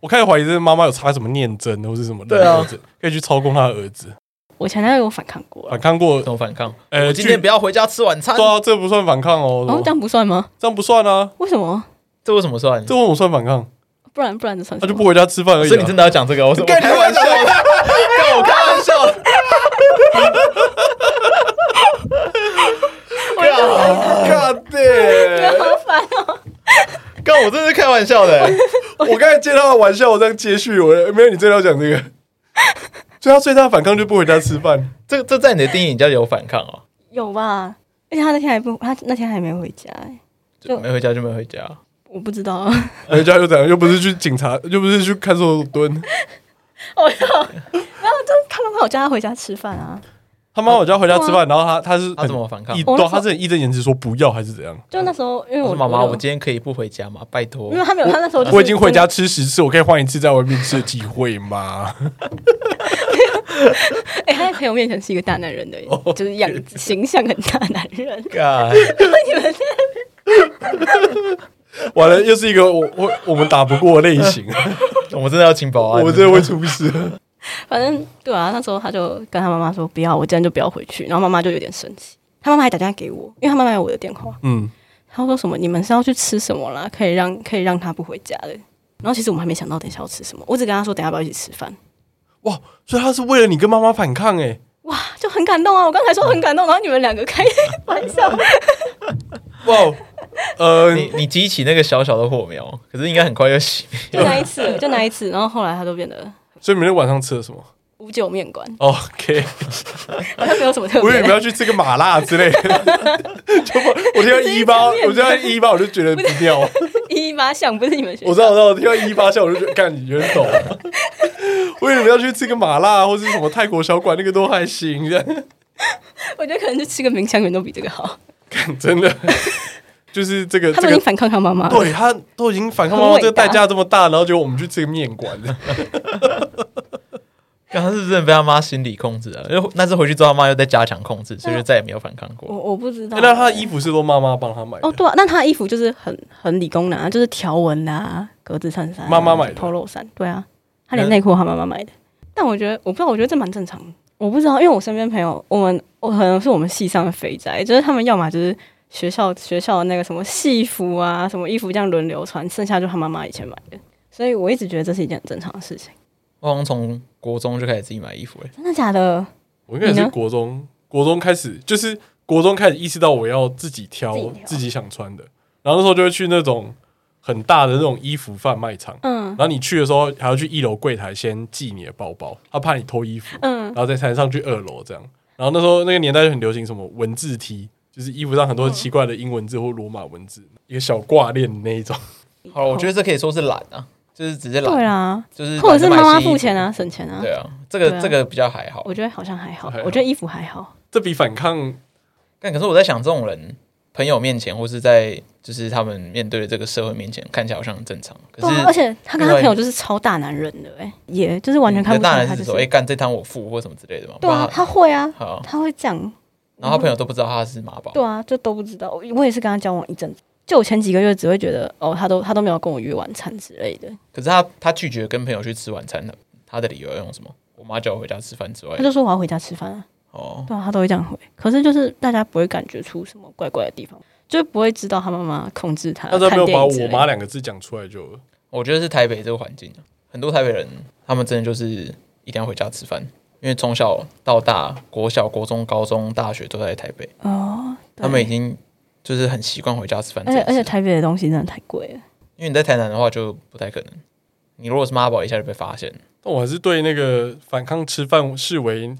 Speaker 2: 我开始怀疑是妈妈有插什么念针或是什么的，
Speaker 7: 对啊
Speaker 2: 儿子可以去操控他的儿子，
Speaker 6: 我前男友有反抗过
Speaker 2: 反
Speaker 6: 了，
Speaker 2: 抗过
Speaker 3: 怎。么反 抗？
Speaker 2: 呃，
Speaker 3: 我今天
Speaker 2: 据
Speaker 3: 不要回家吃晚餐
Speaker 2: 对，啊，这不算反抗哦，
Speaker 6: 哦，这样不算吗？
Speaker 2: 这样不算啊，
Speaker 6: 为什么？
Speaker 3: 这为什么算？
Speaker 2: 这为什么算反抗？
Speaker 6: 不然不然这算
Speaker 2: 他
Speaker 6: 什
Speaker 2: 就
Speaker 6: 么？
Speaker 2: 不回家吃饭而已
Speaker 3: 所以
Speaker 2: 啊
Speaker 3: 你。真的要讲这个？我说
Speaker 7: 跟
Speaker 3: 我
Speaker 7: 你
Speaker 3: 开玩笑的，跟我开玩笑的。
Speaker 2: God damn！
Speaker 6: 好烦哦！
Speaker 7: 刚我真的是开玩笑的、
Speaker 3: 欸
Speaker 2: 我刚才接他的玩笑，我这样接续，我没有你真的要讲这个。 所以他最大的反抗就不回家吃饭，
Speaker 3: 这这在你的定义，你叫有反抗哦。
Speaker 6: 有吧？而且他那天还不，他那天还没回家、欸，就
Speaker 3: 就没回家就没回家，
Speaker 6: 我不知 道啊。
Speaker 2: 回家又怎样？又不是去警察，又不是去看守所蹲。
Speaker 6: 我要，然后就他妈妈，我叫他回家吃饭啊。
Speaker 2: 他妈我叫他回家吃饭，然后他他是
Speaker 3: 他怎么反抗
Speaker 2: 义？
Speaker 6: 哦我那时
Speaker 2: 对，
Speaker 6: 候
Speaker 2: 他是很义正言辞说不要还是怎样？
Speaker 6: 就那时候，因为
Speaker 3: 我
Speaker 6: 我
Speaker 3: 哦说妈妈，
Speaker 6: 有
Speaker 3: 我今天可以不回家吗？拜托
Speaker 6: 没，有，他没有，他那时候就是
Speaker 2: 我已经回家吃十次，我可以换一次在外面吃的机会吗？
Speaker 6: 哎、他在朋友面前是一个大男人的，
Speaker 2: 哦
Speaker 6: 就 是样子形象很大男人。
Speaker 3: 干
Speaker 2: 完了，又是一个我我我们打不过的类 型，
Speaker 3: 我们真的要请保安。
Speaker 2: 我真的会出事。
Speaker 6: 反正对啊，那时候他就跟他妈妈说不要，我今天就不要回去。然后妈妈就有点生气，他妈妈还打电话给我，因为他妈妈有我的电话，
Speaker 2: 嗯，
Speaker 6: 他说什么你们是要去吃什么啦，可以让可以让他不回家的。然后其实我们还没想到等一下要吃什么，我只跟他说等一下要不要一起吃饭，
Speaker 2: 哇，所以他是为了你跟妈妈反抗哎、
Speaker 6: 就很感动啊！我刚才说很感动，然后你们两个开玩笑，
Speaker 2: 哇，呃，
Speaker 3: 你你激起那个小小的火苗，可是应该很快就 熄灭。
Speaker 6: 就那一 次，就那一次。然后后来他就变得
Speaker 2: 所以你们晚上吃了什么哦
Speaker 6: 五九面馆，
Speaker 2: ？OK，
Speaker 6: 好像没有什么特
Speaker 2: 我以为
Speaker 6: 别
Speaker 2: 你们
Speaker 6: 的。
Speaker 2: 要去吃个麻辣之类的， 就我我听到一八，我听到一八我就觉得不妙。
Speaker 6: 一八巷不是你们学校
Speaker 2: 我知道，我知道，我听到一八下我就觉得， 干你人懂。我 以为你们要去吃个麻辣或是什么泰国小馆，那个都还行， 这样
Speaker 6: 我觉得可能就吃个明香园都比这个好。
Speaker 2: 干真的就是这个
Speaker 6: 他
Speaker 2: 这
Speaker 6: 都已经
Speaker 2: 个。
Speaker 6: 反抗他妈妈了，
Speaker 2: 对他都已经反抗妈
Speaker 6: 很
Speaker 2: 妈
Speaker 6: 伟
Speaker 2: 这个代
Speaker 6: 大
Speaker 2: 价这么大，然后结果我们去吃个面 馆，
Speaker 3: 刚刚是真的被他妈心理控制啊了，因为那次回去之后，他妈又在加强控制，所以就再也没有反抗
Speaker 6: 我
Speaker 3: 过。
Speaker 6: 我不知道。
Speaker 2: 哎那他的衣服是都妈妈帮他买的
Speaker 6: 哦，，对啊，那他的衣服就是很很理工男啊，就是条纹啦、格子衬衫啊、
Speaker 2: 妈妈买的
Speaker 6: polo 衫，对啊，他连内裤都他妈妈买的。但我觉得，我不知道，我觉得这蛮正常的。我不知道，因为我身边朋友，我们我可能是我们系上的肥宅，就是他们要么就是学校学校的那个什么戏服啊，什么衣服这样轮流穿，剩下就他妈妈以前买的。所以我一直觉得这是一件很正常的事情。
Speaker 3: 我好像从国中就开始自己买衣服欸了，
Speaker 6: 真的假的？
Speaker 2: 我应该也
Speaker 6: 你
Speaker 2: 是
Speaker 6: 呢
Speaker 2: 国中，国中开始就是国中开始意识到我要自己挑
Speaker 6: 自己挑
Speaker 2: 自己想穿的，然后那时候就会去那种很大的那种衣服贩卖场，
Speaker 6: 嗯
Speaker 2: 然后你去的时候还要去一楼柜台先寄你的包包，他怕你偷衣服，
Speaker 6: 嗯
Speaker 2: 然，后再才能上去二楼这样。然后那时候那个年代就很流行什么文字 T，就是衣服上很多奇怪的英文字或罗马文字，一个小挂链的那一种。
Speaker 3: 好了，我觉得这可以说是懒啊，就是直接
Speaker 6: 对
Speaker 3: 懒，
Speaker 6: 啦，
Speaker 3: 就是
Speaker 6: 或者是
Speaker 3: 懒得买
Speaker 6: 妈
Speaker 3: 新
Speaker 6: 妈
Speaker 3: 衣
Speaker 6: 付
Speaker 3: 服
Speaker 6: 钱。啊，省钱啊。
Speaker 3: 对啊，这个
Speaker 6: 对啊
Speaker 3: 这个比较还好
Speaker 6: 我。觉得好像还好
Speaker 2: 还，好
Speaker 6: 我觉得衣服还好。
Speaker 2: 这比反抗
Speaker 3: 但可是我在想，这种人朋友面前，或是在就是他们面对的这个社会面前，看起来好像很正常。可
Speaker 6: 对
Speaker 3: 是
Speaker 6: 啊，而且他跟
Speaker 3: 另
Speaker 6: 他
Speaker 3: 外
Speaker 6: 朋友就是超大男人的、哎，也就是完全
Speaker 3: 你
Speaker 6: 看
Speaker 3: 的
Speaker 6: 不出
Speaker 3: 大
Speaker 6: 来
Speaker 3: 人
Speaker 6: 他
Speaker 3: 是
Speaker 6: 就是。
Speaker 3: 说，哎，干这摊我付或什么之类的嘛。
Speaker 6: 对啊，
Speaker 3: 不然
Speaker 6: 他会啊，
Speaker 3: 好，
Speaker 6: 他会这样。
Speaker 3: 然后他朋友都不知道他是妈宝。
Speaker 6: 对啊，就都不知道。我我也是跟他交往一阵子，就我前几个月只会觉得，哦，他都他都没有跟我约晚餐之类的，
Speaker 3: 可是他他拒绝跟朋友去吃晚餐的，他的理由要用什么？我妈叫我回家吃饭之外
Speaker 6: 他，就说我要回家吃饭啊。
Speaker 3: 哦，
Speaker 6: 对啊，他都会这样回。可是就是大家不会感觉出什么怪怪的地方，就不会知道他妈妈控制他
Speaker 2: 他只要没
Speaker 6: 呃看
Speaker 2: 有
Speaker 6: 电
Speaker 2: 把
Speaker 6: 影之类
Speaker 2: 我妈
Speaker 6: 的。
Speaker 2: 两个字讲出来就
Speaker 3: 我觉得是台北这个环境啊，很多台北人他们真的就是一定要回家吃饭，因为从小到大，国小、国中、高中、大学都在台北，
Speaker 6: 哦，对
Speaker 3: 他们已经就是很习惯回家吃饭这
Speaker 6: 而
Speaker 3: 件
Speaker 6: 且
Speaker 3: 事。
Speaker 6: 而且台北的东西真的太贵了。
Speaker 3: 因为你在台南的话就不太可能，你如果是妈宝，一下就被发现。
Speaker 2: 但我还是对那个反抗吃饭视为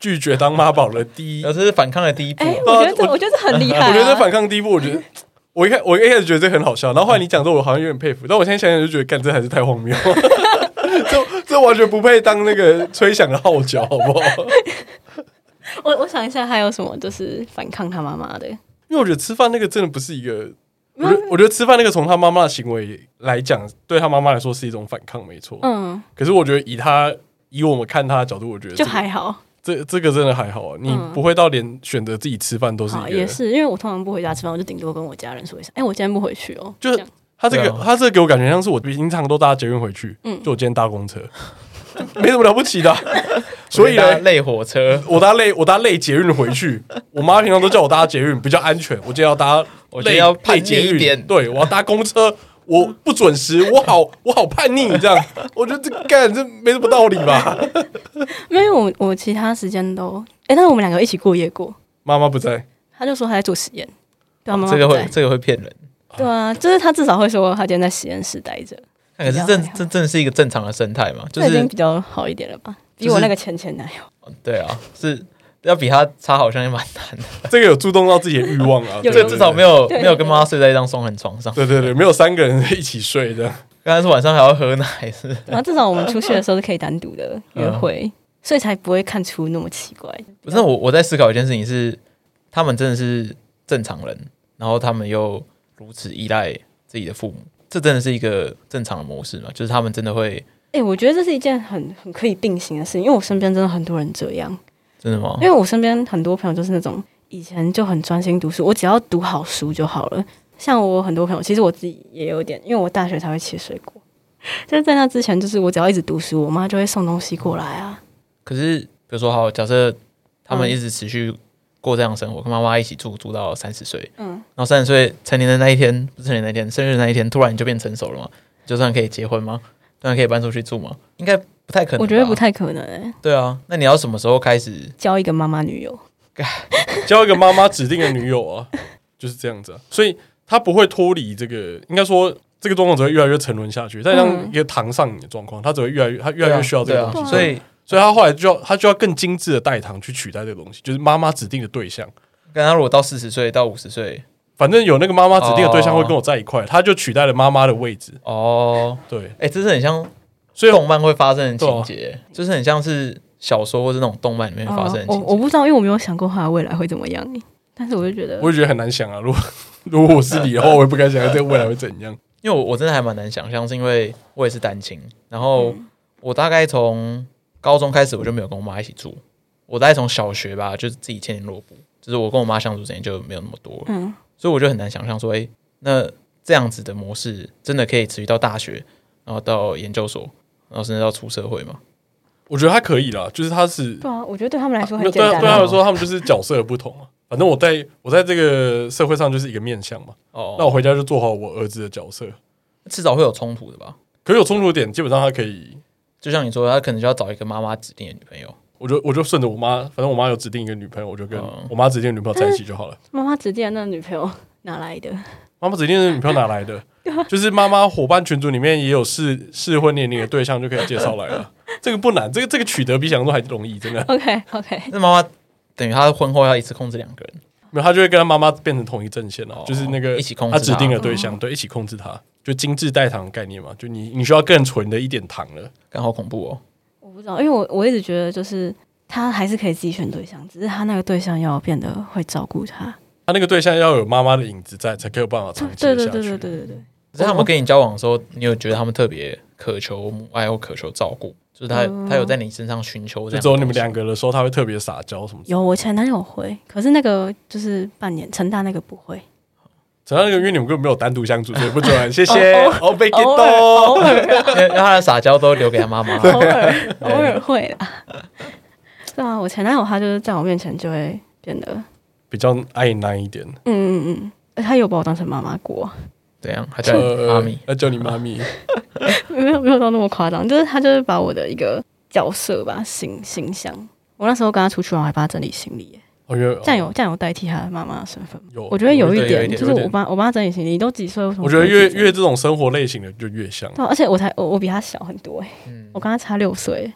Speaker 2: 拒绝当妈宝的第一
Speaker 3: 然后这是反抗的第一步
Speaker 6: 哎、。
Speaker 2: 对啊
Speaker 6: 我觉得这
Speaker 2: 我
Speaker 6: 我觉得这很厉害啊、
Speaker 2: 我觉得这反抗第一步，我觉得我一开我一开始觉得这很好笑，然后后来你讲之后，我好像有点佩服，但我现在想想就觉得，干这还是太荒谬， 这这完全不配当那个吹响的号角，好不好？
Speaker 6: 我我想一下还有什么就是反抗他妈妈的，
Speaker 2: 因为我觉得吃饭那个真的不是一个，我
Speaker 6: 嗯
Speaker 2: 觉得我觉得吃饭那个从他妈妈的行为来讲，对他妈妈来说是一种反抗，没错。
Speaker 6: 嗯，
Speaker 2: 可是我觉得以他以我们看他的角度，我觉得
Speaker 6: 就
Speaker 2: 这
Speaker 6: 还好，
Speaker 2: 这这个真的还好啊，你
Speaker 6: 嗯
Speaker 2: 不会到连选择自己吃饭都是一
Speaker 6: 好
Speaker 2: 个，
Speaker 6: 也是，因为我通常不回家吃饭，我就顶多跟我家人说一声，哎、我今天不回去哦，
Speaker 2: 就是
Speaker 6: 这样
Speaker 2: 他这个、
Speaker 3: 对啊
Speaker 2: 他这个给我感觉像是我平常都搭捷运回去，
Speaker 6: 嗯
Speaker 2: 就我今天搭公车， 没什么了不起的 啊、所以呢，
Speaker 3: 累火车，
Speaker 2: 我搭累我搭累捷运回去，我妈平常都叫我搭捷运比较安全，我今天要搭
Speaker 3: 我今
Speaker 2: 累
Speaker 3: 天要叛
Speaker 2: 累
Speaker 3: 逆
Speaker 2: 捷
Speaker 3: 一
Speaker 2: 运，
Speaker 3: 点
Speaker 2: 对我要搭公车。我不准时，我好， 我好叛逆，这样，我觉得这干这没什么道理吧。
Speaker 6: 没有我我其他时间都，哎、但是我们两个一起过夜过，
Speaker 2: 妈妈不在，
Speaker 6: 他就说他在做实验，对啊，妈妈
Speaker 3: 这个
Speaker 6: 不
Speaker 3: 会
Speaker 6: 在，
Speaker 3: 这个会骗人。
Speaker 6: 对啊，就是他至少会说他今天在实验室待着，
Speaker 3: 可是
Speaker 6: 比较
Speaker 3: 这
Speaker 6: 还好
Speaker 3: 这真的是一个正常的生态嘛？就
Speaker 6: 这已
Speaker 3: 是
Speaker 6: 经比较好一点了吧，比
Speaker 3: 就是
Speaker 6: 我那个前前男友
Speaker 3: 对啊，是要比他差好像也蛮难的。
Speaker 2: 这个有触动到自己的欲望啊。
Speaker 6: 有
Speaker 3: 这个至少没有
Speaker 6: 对
Speaker 3: 没有跟妈妈睡在一张双人床上，
Speaker 2: 对对对，没有三个人一起睡这样。
Speaker 3: 刚才是晚上还要喝奶是。
Speaker 6: 然后至少我们出去的时候是可以单独的约会，所以才不会看出那么奇怪。
Speaker 3: 不是我我在思考一件事情是，他们真的是正常人，然后他们又如此依赖自己的父母，这真的是一个正常的模式嘛？就是他们真的会
Speaker 6: 哎、我觉得这是一件很很可以并行的事情，因为我身边真的很多人这样，
Speaker 3: 真的吗
Speaker 6: 因？为我身边很多朋友就是那种以前就很专心读书，我只要读好书就好了。像我很多朋友，其实我自己也有点，因为我大学才会切水果，就是在那之前，就是我只要一直读书，我妈就会送东西过来啊。
Speaker 3: 可是比如说好，假设他们一直持续过这样的生活，跟妈妈一起住住到三十岁，
Speaker 6: 嗯
Speaker 3: 然后三十岁成年的那一天，不是成年那一天，生日那一天，突然你就变成熟了嘛？就算可以结婚吗？突然可以搬出去住吗？应该不太可能，
Speaker 6: 我觉得不。太可能、欸，
Speaker 3: 对啊，那你要什么时候开始？
Speaker 6: 交一个妈妈女友。
Speaker 2: 交一个妈妈指定的女友啊，就是这样子啊。所以他不会脱离这个，应该说这个状况只会越来越沉沦下去。但像一个糖上瘾的状况，他只会越来越，他越来越需要这个
Speaker 3: 对
Speaker 2: 东
Speaker 3: 啊
Speaker 2: 西，
Speaker 3: 所以
Speaker 2: 所以他后来就要他就要更精致的代糖去取代这个东西，就是妈妈指定的对象。
Speaker 3: 跟他如果到四十岁到五十岁，
Speaker 2: 反正有那个妈妈指定的对象会跟我在一块，他就取代了妈妈的位置。
Speaker 3: 哦，
Speaker 2: 对，
Speaker 3: 哎、这是很像
Speaker 2: 所以
Speaker 3: 动漫会发生的情节，就是很像是小说或是那种动漫里面发生的
Speaker 6: 哦我
Speaker 3: 情节。
Speaker 6: 我不知道，因为我没有想过他的未来会怎么样欸。但是我就觉得，
Speaker 2: 我也觉得很难想啊。如果 如果我是你的话，我也不敢想象这个未来会怎样。
Speaker 3: 因为我我真的还蛮难想象，是因为我也是单亲，然后我大概从高中开始我就没有跟我妈一起住，我大概从小学吧，就是自己牵连落布，就是我跟我妈相处时间就没有那么多了，
Speaker 6: 嗯，
Speaker 3: 所以我就很难想象说，哎、那这样子的模式真的可以持续到大学，然后到研究所，然后甚至到出社会吗？
Speaker 2: 我觉得他可以啦，就是他是
Speaker 6: 对啊，我觉得对他们来说
Speaker 2: 那
Speaker 6: 很简
Speaker 2: 对啊
Speaker 6: 单、
Speaker 2: 对
Speaker 3: 啊
Speaker 2: 他们说，他们就是角色的不同啊。反正我在我在这个社会上就是一个面相嘛，
Speaker 3: 哦，
Speaker 2: 那我回家就做好我儿子的角色。
Speaker 3: 迟早会有冲突的吧？
Speaker 2: 可是有冲突点，基本上他可以，
Speaker 3: 就像你说，他可能就要找一个妈妈指定的女朋友。
Speaker 2: 我就我就顺着我妈，反正我妈有指定一个女朋友，我就跟
Speaker 3: 哦
Speaker 2: 我妈指定的女朋友在一起就好了。
Speaker 6: 妈妈指定的那女朋友哪来的？
Speaker 2: 妈妈指定的女朋友哪来的？就是妈妈伙伴群组里面也有适适婚年龄的对象就可以介绍来了，这个不难，这个这个取得比想象中还容易，真的。
Speaker 6: OK OK，
Speaker 3: 那妈妈等于她婚后要一次控制两个人，
Speaker 2: 没有，他就会跟他妈妈变成同一阵线了、
Speaker 3: 哦
Speaker 2: 就是那个
Speaker 3: 一起控制
Speaker 2: 他
Speaker 3: 他
Speaker 2: 指定的对象，对，一起控制他，就精致代糖的概念嘛，就你你需要更纯的一点糖了。
Speaker 3: 刚好恐怖哦。
Speaker 6: 我不知道，因为我我一直觉得就是他还是可以自己选对象，只是他那个对象要变得会照顾他。
Speaker 2: 他那个对象要有妈妈的影子在，才可以有办法长期
Speaker 6: 对
Speaker 2: 地
Speaker 6: 对
Speaker 2: 下
Speaker 6: 对
Speaker 2: 去
Speaker 6: 对对。对对。
Speaker 3: 可是他
Speaker 6: 哦
Speaker 3: 们跟你交往的时候，你有觉得他们特别渴求母爱或渴求照顾？就是他、
Speaker 6: 哦
Speaker 3: 他有在你身上寻求
Speaker 2: 就
Speaker 3: 这样的东西。
Speaker 2: 只有你们两个的时候，他会特别撒娇什么。
Speaker 6: 有我前男友会，可是那个就是半年，成大那个 不会，
Speaker 2: 陈大那个，因为你们根本没有单独相处，所以不准。谢谢，哦，被 get 到。
Speaker 6: 偶尔
Speaker 3: 因为，因为他的撒娇都留给他妈妈。
Speaker 6: 偶尔偶
Speaker 2: 哎
Speaker 6: 尔会啦。 对啊，我前男友他就是在我面前就会变得，
Speaker 2: 比较爱奶一点。
Speaker 6: 嗯嗯嗯，他有把我当成妈妈过，
Speaker 3: 怎样？啊他叫
Speaker 2: 呃
Speaker 3: 你妈咪。
Speaker 2: 要叫你妈咪。
Speaker 6: 没有没有到那么夸张，就是他就是把我的一个角色吧形形象。我那时候跟他出去玩，我还帮他整理行李耶，
Speaker 2: 哦，有
Speaker 6: 这样有这样有代替他妈妈的身份吗。
Speaker 2: 有，
Speaker 6: 我觉得有
Speaker 3: 对
Speaker 6: 一
Speaker 3: 有一
Speaker 6: 点，
Speaker 3: 点
Speaker 6: 就是我帮我帮他整理行李，你都几岁？为什么
Speaker 2: 我
Speaker 6: 不
Speaker 2: 觉
Speaker 6: 自
Speaker 2: 得
Speaker 6: 己整理？
Speaker 2: 越越这种生活类型的就越像。
Speaker 6: 对啊，而且我才我我比他小很多哎，
Speaker 3: 嗯
Speaker 6: 我跟他差六岁耶，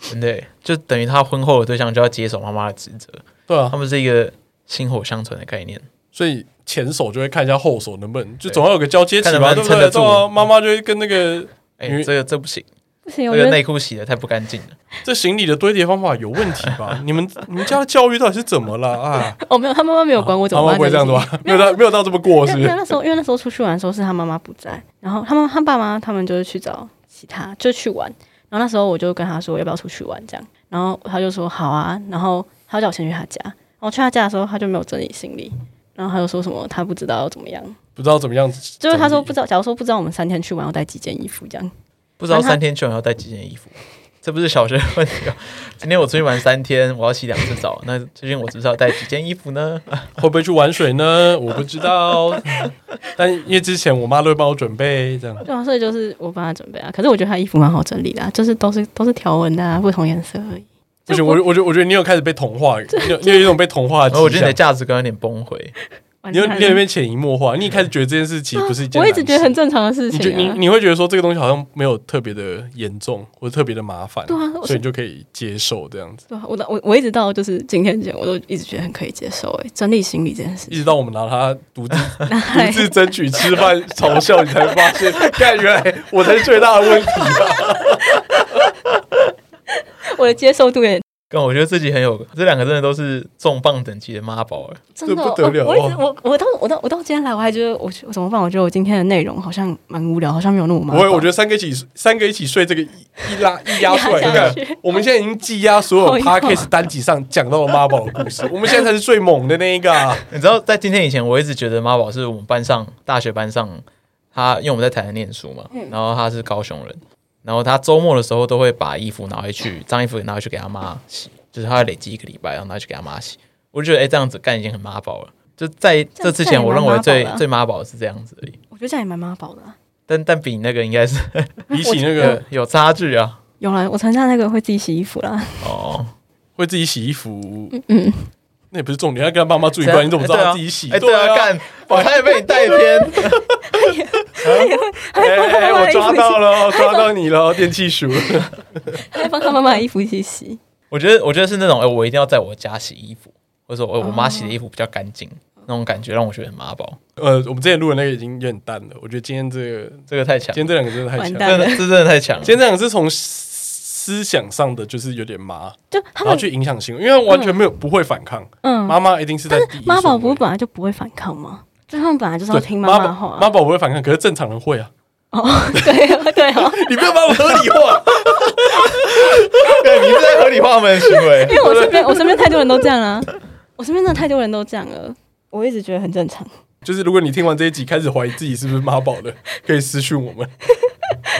Speaker 3: 真的耶就等于他婚后的对象就要接手妈妈的职责，
Speaker 2: 对啊
Speaker 3: 他，们是一个薪火相传的概念。
Speaker 2: 所以前手就会看一下后手能不能，就总要有个交接期
Speaker 3: 看能不
Speaker 2: 嘛，
Speaker 3: 能
Speaker 2: 对不
Speaker 3: 撑
Speaker 2: 对？
Speaker 3: 得住
Speaker 2: 对啊，妈妈就会跟那个
Speaker 3: 哎、
Speaker 2: 因为
Speaker 3: 这个这不行，
Speaker 6: 不行，
Speaker 3: 这
Speaker 6: 我觉
Speaker 3: 个
Speaker 6: 得
Speaker 3: 内裤洗的太不干净了。
Speaker 2: 这行李的堆叠方法有问题吧？你们你们家的教育到底是怎么了啊？
Speaker 6: 哦没有，他妈 妈没有管我怎
Speaker 2: 妈
Speaker 6: 么
Speaker 2: 妈
Speaker 6: 办
Speaker 2: 不会这样子吧？没有到没有到这么过是
Speaker 6: 因
Speaker 2: 不
Speaker 6: 为因为
Speaker 2: 是？
Speaker 6: 那时候，因为那时候出去玩的时候是他妈妈不在，然后他妈他爸妈他们就是去找其他，就去玩。然后那时候我就跟他说要不要出去玩这样，然后他就说好啊，然后他叫我先去他家。然后我去他家的时候，他就没有整理行李，然后他就说什么他不知道要怎么样，
Speaker 2: 不知道怎么样，
Speaker 6: 就是他说不知道，假如说不知道我们三天去玩要带几件衣服这样，
Speaker 3: 不知道
Speaker 6: 反正他
Speaker 3: 三天去晚要带几件衣服，这不是小学问题啊！ 今天我出去玩三天，我要洗两次澡，那最近我至少带几件衣服呢？
Speaker 2: 会不会去玩水呢？我不知道， 但因为之前我妈都会帮我准备这样。
Speaker 6: 对啊，所以就是我帮他准备啊。可是我觉得他衣服蛮好整理的、啊，就是都是都是条纹的、啊，不同颜色而已。
Speaker 2: 不行，我我觉得我觉得你有开始被同化，你有你有一种被同化
Speaker 3: 然
Speaker 2: 的
Speaker 3: 哦后我
Speaker 2: 迹
Speaker 3: 觉得你
Speaker 2: 象
Speaker 3: 的，价值观有点崩溃，
Speaker 2: 你有
Speaker 6: 完蛋
Speaker 2: 你有被潜移默化，你一开始觉得这件事情不是一件
Speaker 6: 啊我
Speaker 2: 难
Speaker 6: 一
Speaker 2: 事，
Speaker 6: 直觉得很正常的事
Speaker 2: 你就
Speaker 6: 情、
Speaker 2: 你
Speaker 6: 啊。
Speaker 2: 你会觉得说这个东西好像没有特别的严重或者特别的麻烦，
Speaker 6: 对啊我
Speaker 2: 所
Speaker 6: 是
Speaker 2: 以你就可以接受这样子，
Speaker 6: 对啊，我到我我一直到就是今天前，我都一直觉得很可以接受哎、整理行李这件事
Speaker 2: 一
Speaker 6: 情。
Speaker 2: 直到我们拿它独自独
Speaker 6: 哎
Speaker 2: 自争取吃饭嘲笑，你才发 现，干原来我才是最大的问题啊！
Speaker 6: 哎我的接受度也
Speaker 3: 但我觉得自己很有，这两个真的都是重磅等级的妈宝欸了。
Speaker 6: 真 的
Speaker 2: 这不得了
Speaker 6: 我我一直
Speaker 2: 哦
Speaker 6: 我我到我到我到今天来，我还觉得我我怎么办？我觉得我今天的内容好像蛮无聊，好像没有那么
Speaker 2: 不
Speaker 6: 麻
Speaker 2: 会，
Speaker 6: 烦。
Speaker 2: 我觉得三个一起三个一起睡这个一一拉一压出来，
Speaker 6: 压下
Speaker 2: 看
Speaker 6: 去
Speaker 2: 我们现在已经积压所有
Speaker 6: 好啊压
Speaker 2: podcast 单集上讲到了妈宝的故事，我们现在才是最猛的那一个 啊！
Speaker 3: 你知道，在今天以前，我一直觉得妈宝是我们班上大学班上，他因为我们在台南念书嘛，
Speaker 6: 嗯
Speaker 3: 然后他是高雄人，然后他周末的时候都会把衣服拿回去，脏衣服拿回去给他妈洗，就是他会累积一个礼拜，然后拿去给他妈洗。我就觉得，哎、这样子干已经很妈宝了。就在这之前，我认为
Speaker 6: 这样也
Speaker 3: 最
Speaker 6: 蛮妈宝
Speaker 3: 最妈宝
Speaker 6: 的啊
Speaker 3: 的是这样子而已，
Speaker 6: 我觉得这样也蛮妈宝的、啊。
Speaker 3: 但但比那个应 该是
Speaker 2: 比起那
Speaker 3: 有
Speaker 2: 个
Speaker 3: 有差距啊。
Speaker 6: 有了，我参加那个会自己洗衣服啦。
Speaker 3: 哦，
Speaker 2: 会自己洗衣服，
Speaker 6: 嗯，
Speaker 2: 那也不是重点，要跟他爸妈住
Speaker 6: 啊
Speaker 2: 一块，你怎么知道他自己洗？
Speaker 3: 哎、对啊，干、我差点被你带偏。
Speaker 2: 哎 哎，哎我抓到了，抓到你了，电器鼠。
Speaker 6: 还帮他妈妈的衣服一起洗。
Speaker 3: 我觉得，我觉得是那种，哎、我一定要在我家洗衣服，或者说，哎、我妈洗的衣服比较干净，那种感觉让我觉得很妈宝。
Speaker 2: 呃，我们之前录的那个已经有点淡了，我觉得今天这个，
Speaker 3: 这个太强
Speaker 2: 今，天这两个真的太强
Speaker 6: 啊完
Speaker 2: 了。
Speaker 6: 蛋
Speaker 3: 真的，这真的太强了。
Speaker 2: 今天这两个是从思想上的，就是有点麻，
Speaker 6: 就
Speaker 2: 然
Speaker 6: 他
Speaker 2: 后
Speaker 6: 们
Speaker 2: 去影响行为，因为完全没有不会反抗，
Speaker 6: 嗯，
Speaker 2: 妈妈一定是在第一
Speaker 6: 妈宝
Speaker 2: 顺
Speaker 6: 不
Speaker 2: 位
Speaker 6: 是本来就不会反抗吗？就他们本来就是要
Speaker 2: 对
Speaker 6: 听妈妈
Speaker 2: 宝
Speaker 6: 的话啊。
Speaker 2: 妈宝不会反抗，可是正常人会啊。
Speaker 6: 哦， 对哦对哦，
Speaker 2: 你 不要把我合理化，
Speaker 3: 对，你是在合理化我们的行为
Speaker 6: 因。为我身边我身边太多人都这样啦、我身边真的太多人都这样了，我一直觉得很正常。
Speaker 2: 就是如果你听完这一集开始怀疑自己是不是妈宝的，可以私讯我们，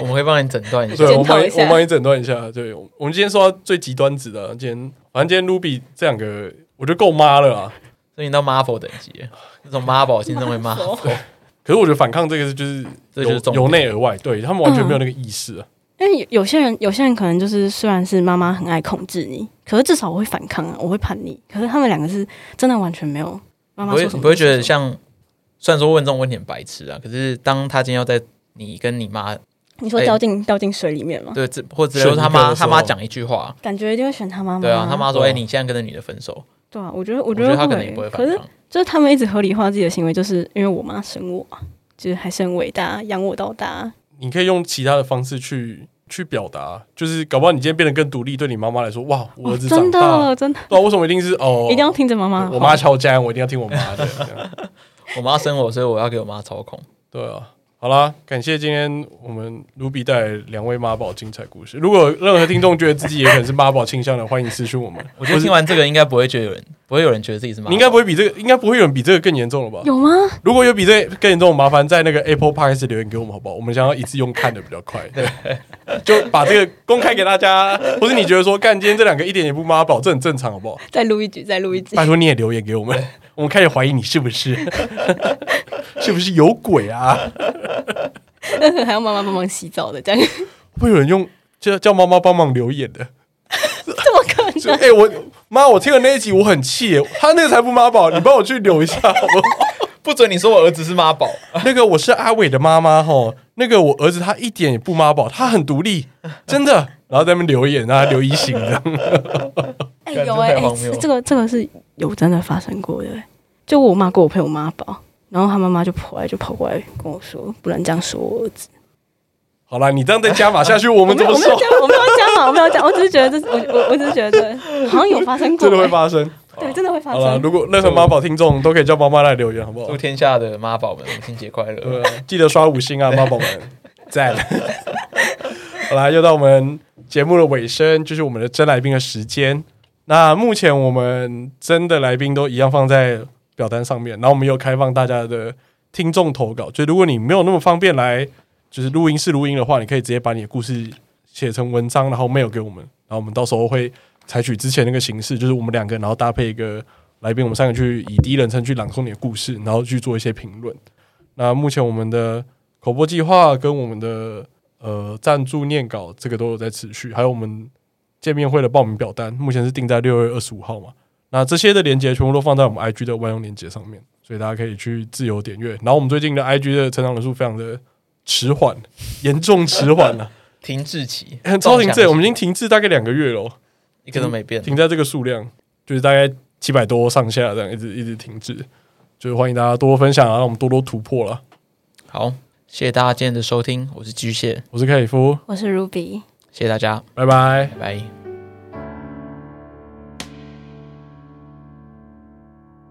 Speaker 3: 我们会帮你诊断 一下。
Speaker 2: 对我
Speaker 6: 检讨
Speaker 2: 帮你
Speaker 6: 一下
Speaker 2: 我帮你诊断一下。对，我我们今天说到最极端值的，今天反正今天 Ruby 这两个我觉得够妈了啊。
Speaker 3: 所以你到妈宝等级了，那种妈宝心中会妈宝。
Speaker 2: 可是我觉得反抗这个是就是
Speaker 3: 这就是
Speaker 2: 由
Speaker 3: 重
Speaker 2: 由
Speaker 3: 点
Speaker 2: 内而外，对他们完全没有那个意识啊。
Speaker 6: 因为有有些人，有些人可能就是虽然是妈妈很爱控制你，可是至少我会反抗啊，我会叛逆。可是他们两个是真的完全没有妈
Speaker 3: 你
Speaker 6: 妈
Speaker 3: 不
Speaker 6: 说
Speaker 3: 会，
Speaker 6: 什
Speaker 3: 你
Speaker 6: 么
Speaker 3: 不会觉得
Speaker 6: 就说
Speaker 3: 像，虽然说问这种问题很白痴啊，可是当他今天要在你跟你妈
Speaker 6: 什么你说掉进、掉进水里面吗？
Speaker 3: 哎对，这或者说他
Speaker 2: 选一个
Speaker 3: 妈
Speaker 2: 的时候
Speaker 3: 他妈讲一句话，
Speaker 6: 感觉一定会选他妈妈。
Speaker 3: 对啊，他妈说，
Speaker 2: 对
Speaker 3: 哎、
Speaker 2: 啊
Speaker 3: 你现在跟那女的分手，
Speaker 6: 对啊，我觉得
Speaker 3: 我
Speaker 6: 我觉
Speaker 3: 觉
Speaker 6: 得
Speaker 3: 得他可能也不会
Speaker 6: 可
Speaker 3: 反
Speaker 6: 是
Speaker 3: 抗。
Speaker 6: 就是他们一直合理化自己的行为，就是因为我妈生我啊，就是还是很伟大，养我到大。
Speaker 2: 你可以用其他的方式去去表达，就是搞不好你今天变得更独立，对你妈妈来说，哇，我儿
Speaker 6: 哦
Speaker 2: 子长
Speaker 6: 真
Speaker 2: 大，
Speaker 6: 的真的
Speaker 2: 对啊，为什么一定是哦？
Speaker 6: 一定要听着妈妈的话。
Speaker 2: 我妈敲家，我一定要听我妈的。这样
Speaker 3: 我妈生我，所以我要给我妈操控。
Speaker 2: 对啊，好啦，感谢今天我们卢比带来两位妈宝精彩故事。如果有任何听众觉得自己也可能是妈宝倾向的，欢迎私讯我们。
Speaker 3: 我觉得听完这个应该不会觉得有人，不会有人觉得自己是妈宝。
Speaker 2: 你应该不会比这个，应该不会有人比这个更严重了吧？
Speaker 6: 有吗？
Speaker 2: 如果有比这个更严重的，麻烦在那个 Apple Podcast 留言给我们，好不好？我们想要一次用看的比较快，对，就把这个公开给大家。或是你觉得说，干今天这两个一点也不妈宝，这很正常，好不好？
Speaker 6: 再录一局，再录一局
Speaker 2: 拜。托你也留言给我们，我们开始怀疑你是不是， 是不是有鬼啊？
Speaker 6: 但 是还要妈妈帮忙洗澡的，这样
Speaker 2: 会有人用叫叫妈妈帮忙留言的？
Speaker 6: 怎么可能？
Speaker 2: 就哎、我妈，我听了那一集我很气耶，他那个才不妈宝，你帮我去留一下好不好？
Speaker 3: 不准你说我儿子是妈宝，
Speaker 2: 那个我是阿伟的妈妈吼，那个我儿子他一点也不妈宝，他很独立，真的。然后在那边留言，啊让他留一星的。
Speaker 6: 哎、
Speaker 5: 感觉
Speaker 6: 有哎、
Speaker 5: 太
Speaker 6: 哎
Speaker 5: 荒谬
Speaker 6: 这
Speaker 5: 了
Speaker 6: 这个这个是有真的发生过的、哎就我妈跟我朋友妈宝，然后她妈妈就跑来就跑过来跟我说，不能这样说我儿子。
Speaker 2: 好啦，你这样再加码下去，我
Speaker 6: 我
Speaker 2: 们怎
Speaker 6: 没有
Speaker 2: 么
Speaker 6: 我没有
Speaker 2: 受？
Speaker 6: 讲，我没有讲嘛，我没有讲，我只是觉得这我我我只是觉得好像有发生过、
Speaker 2: 真的会
Speaker 6: 哎
Speaker 2: 发生。
Speaker 6: 对，真的会发
Speaker 2: 好了，
Speaker 6: 生。
Speaker 2: 如果任何妈宝听众都可以叫妈妈来留言，好不好
Speaker 5: 祝？天下的妈宝们母亲节快乐！
Speaker 2: 对啊， 记得刷五星啊，妈宝们，赞！ 好啦，又到我们节目的尾声，就是我们的真来宾的时间。那目前我们真的来宾都一样放在表单上面，然后我们有开放大家的听众投稿，就如果你没有那么方便来就是录音室录音的话，你可以直接把你的故事写成文章，然后 mail 给我们，然后我们到时候会采取之前那个形式，就是我们两个然后搭配一个来宾，我们三个去以第一人称去朗诵你的故事，然后去做一些评论。那目前我们的口播计划跟我们的呃赞助念稿这个都有在持续，还有我们见面会的报名表单，目前是定在六月二十五号嘛。那这些的连接全部都放在我们 IG 的万用连接上面，所以大家可以去自由点阅。然后我们最近的 IG 的成长人数非常的迟缓，严重迟缓了、
Speaker 5: 停滞期，
Speaker 2: 很超停滞，我
Speaker 5: 们
Speaker 2: 们已经停滞大概两个月了哦，
Speaker 5: 一个都没变。
Speaker 2: 停在这个数量，就是大概七百多上下这样，一直一直停滞。就是欢迎大家多多分享啊，让我们多多突破了。
Speaker 5: 好，谢谢大家今天的收听，我是巨蟹，
Speaker 2: 我是凯里夫，
Speaker 6: 我是 Ruby。
Speaker 5: 谢谢大家，
Speaker 2: 拜拜。
Speaker 5: 拜拜。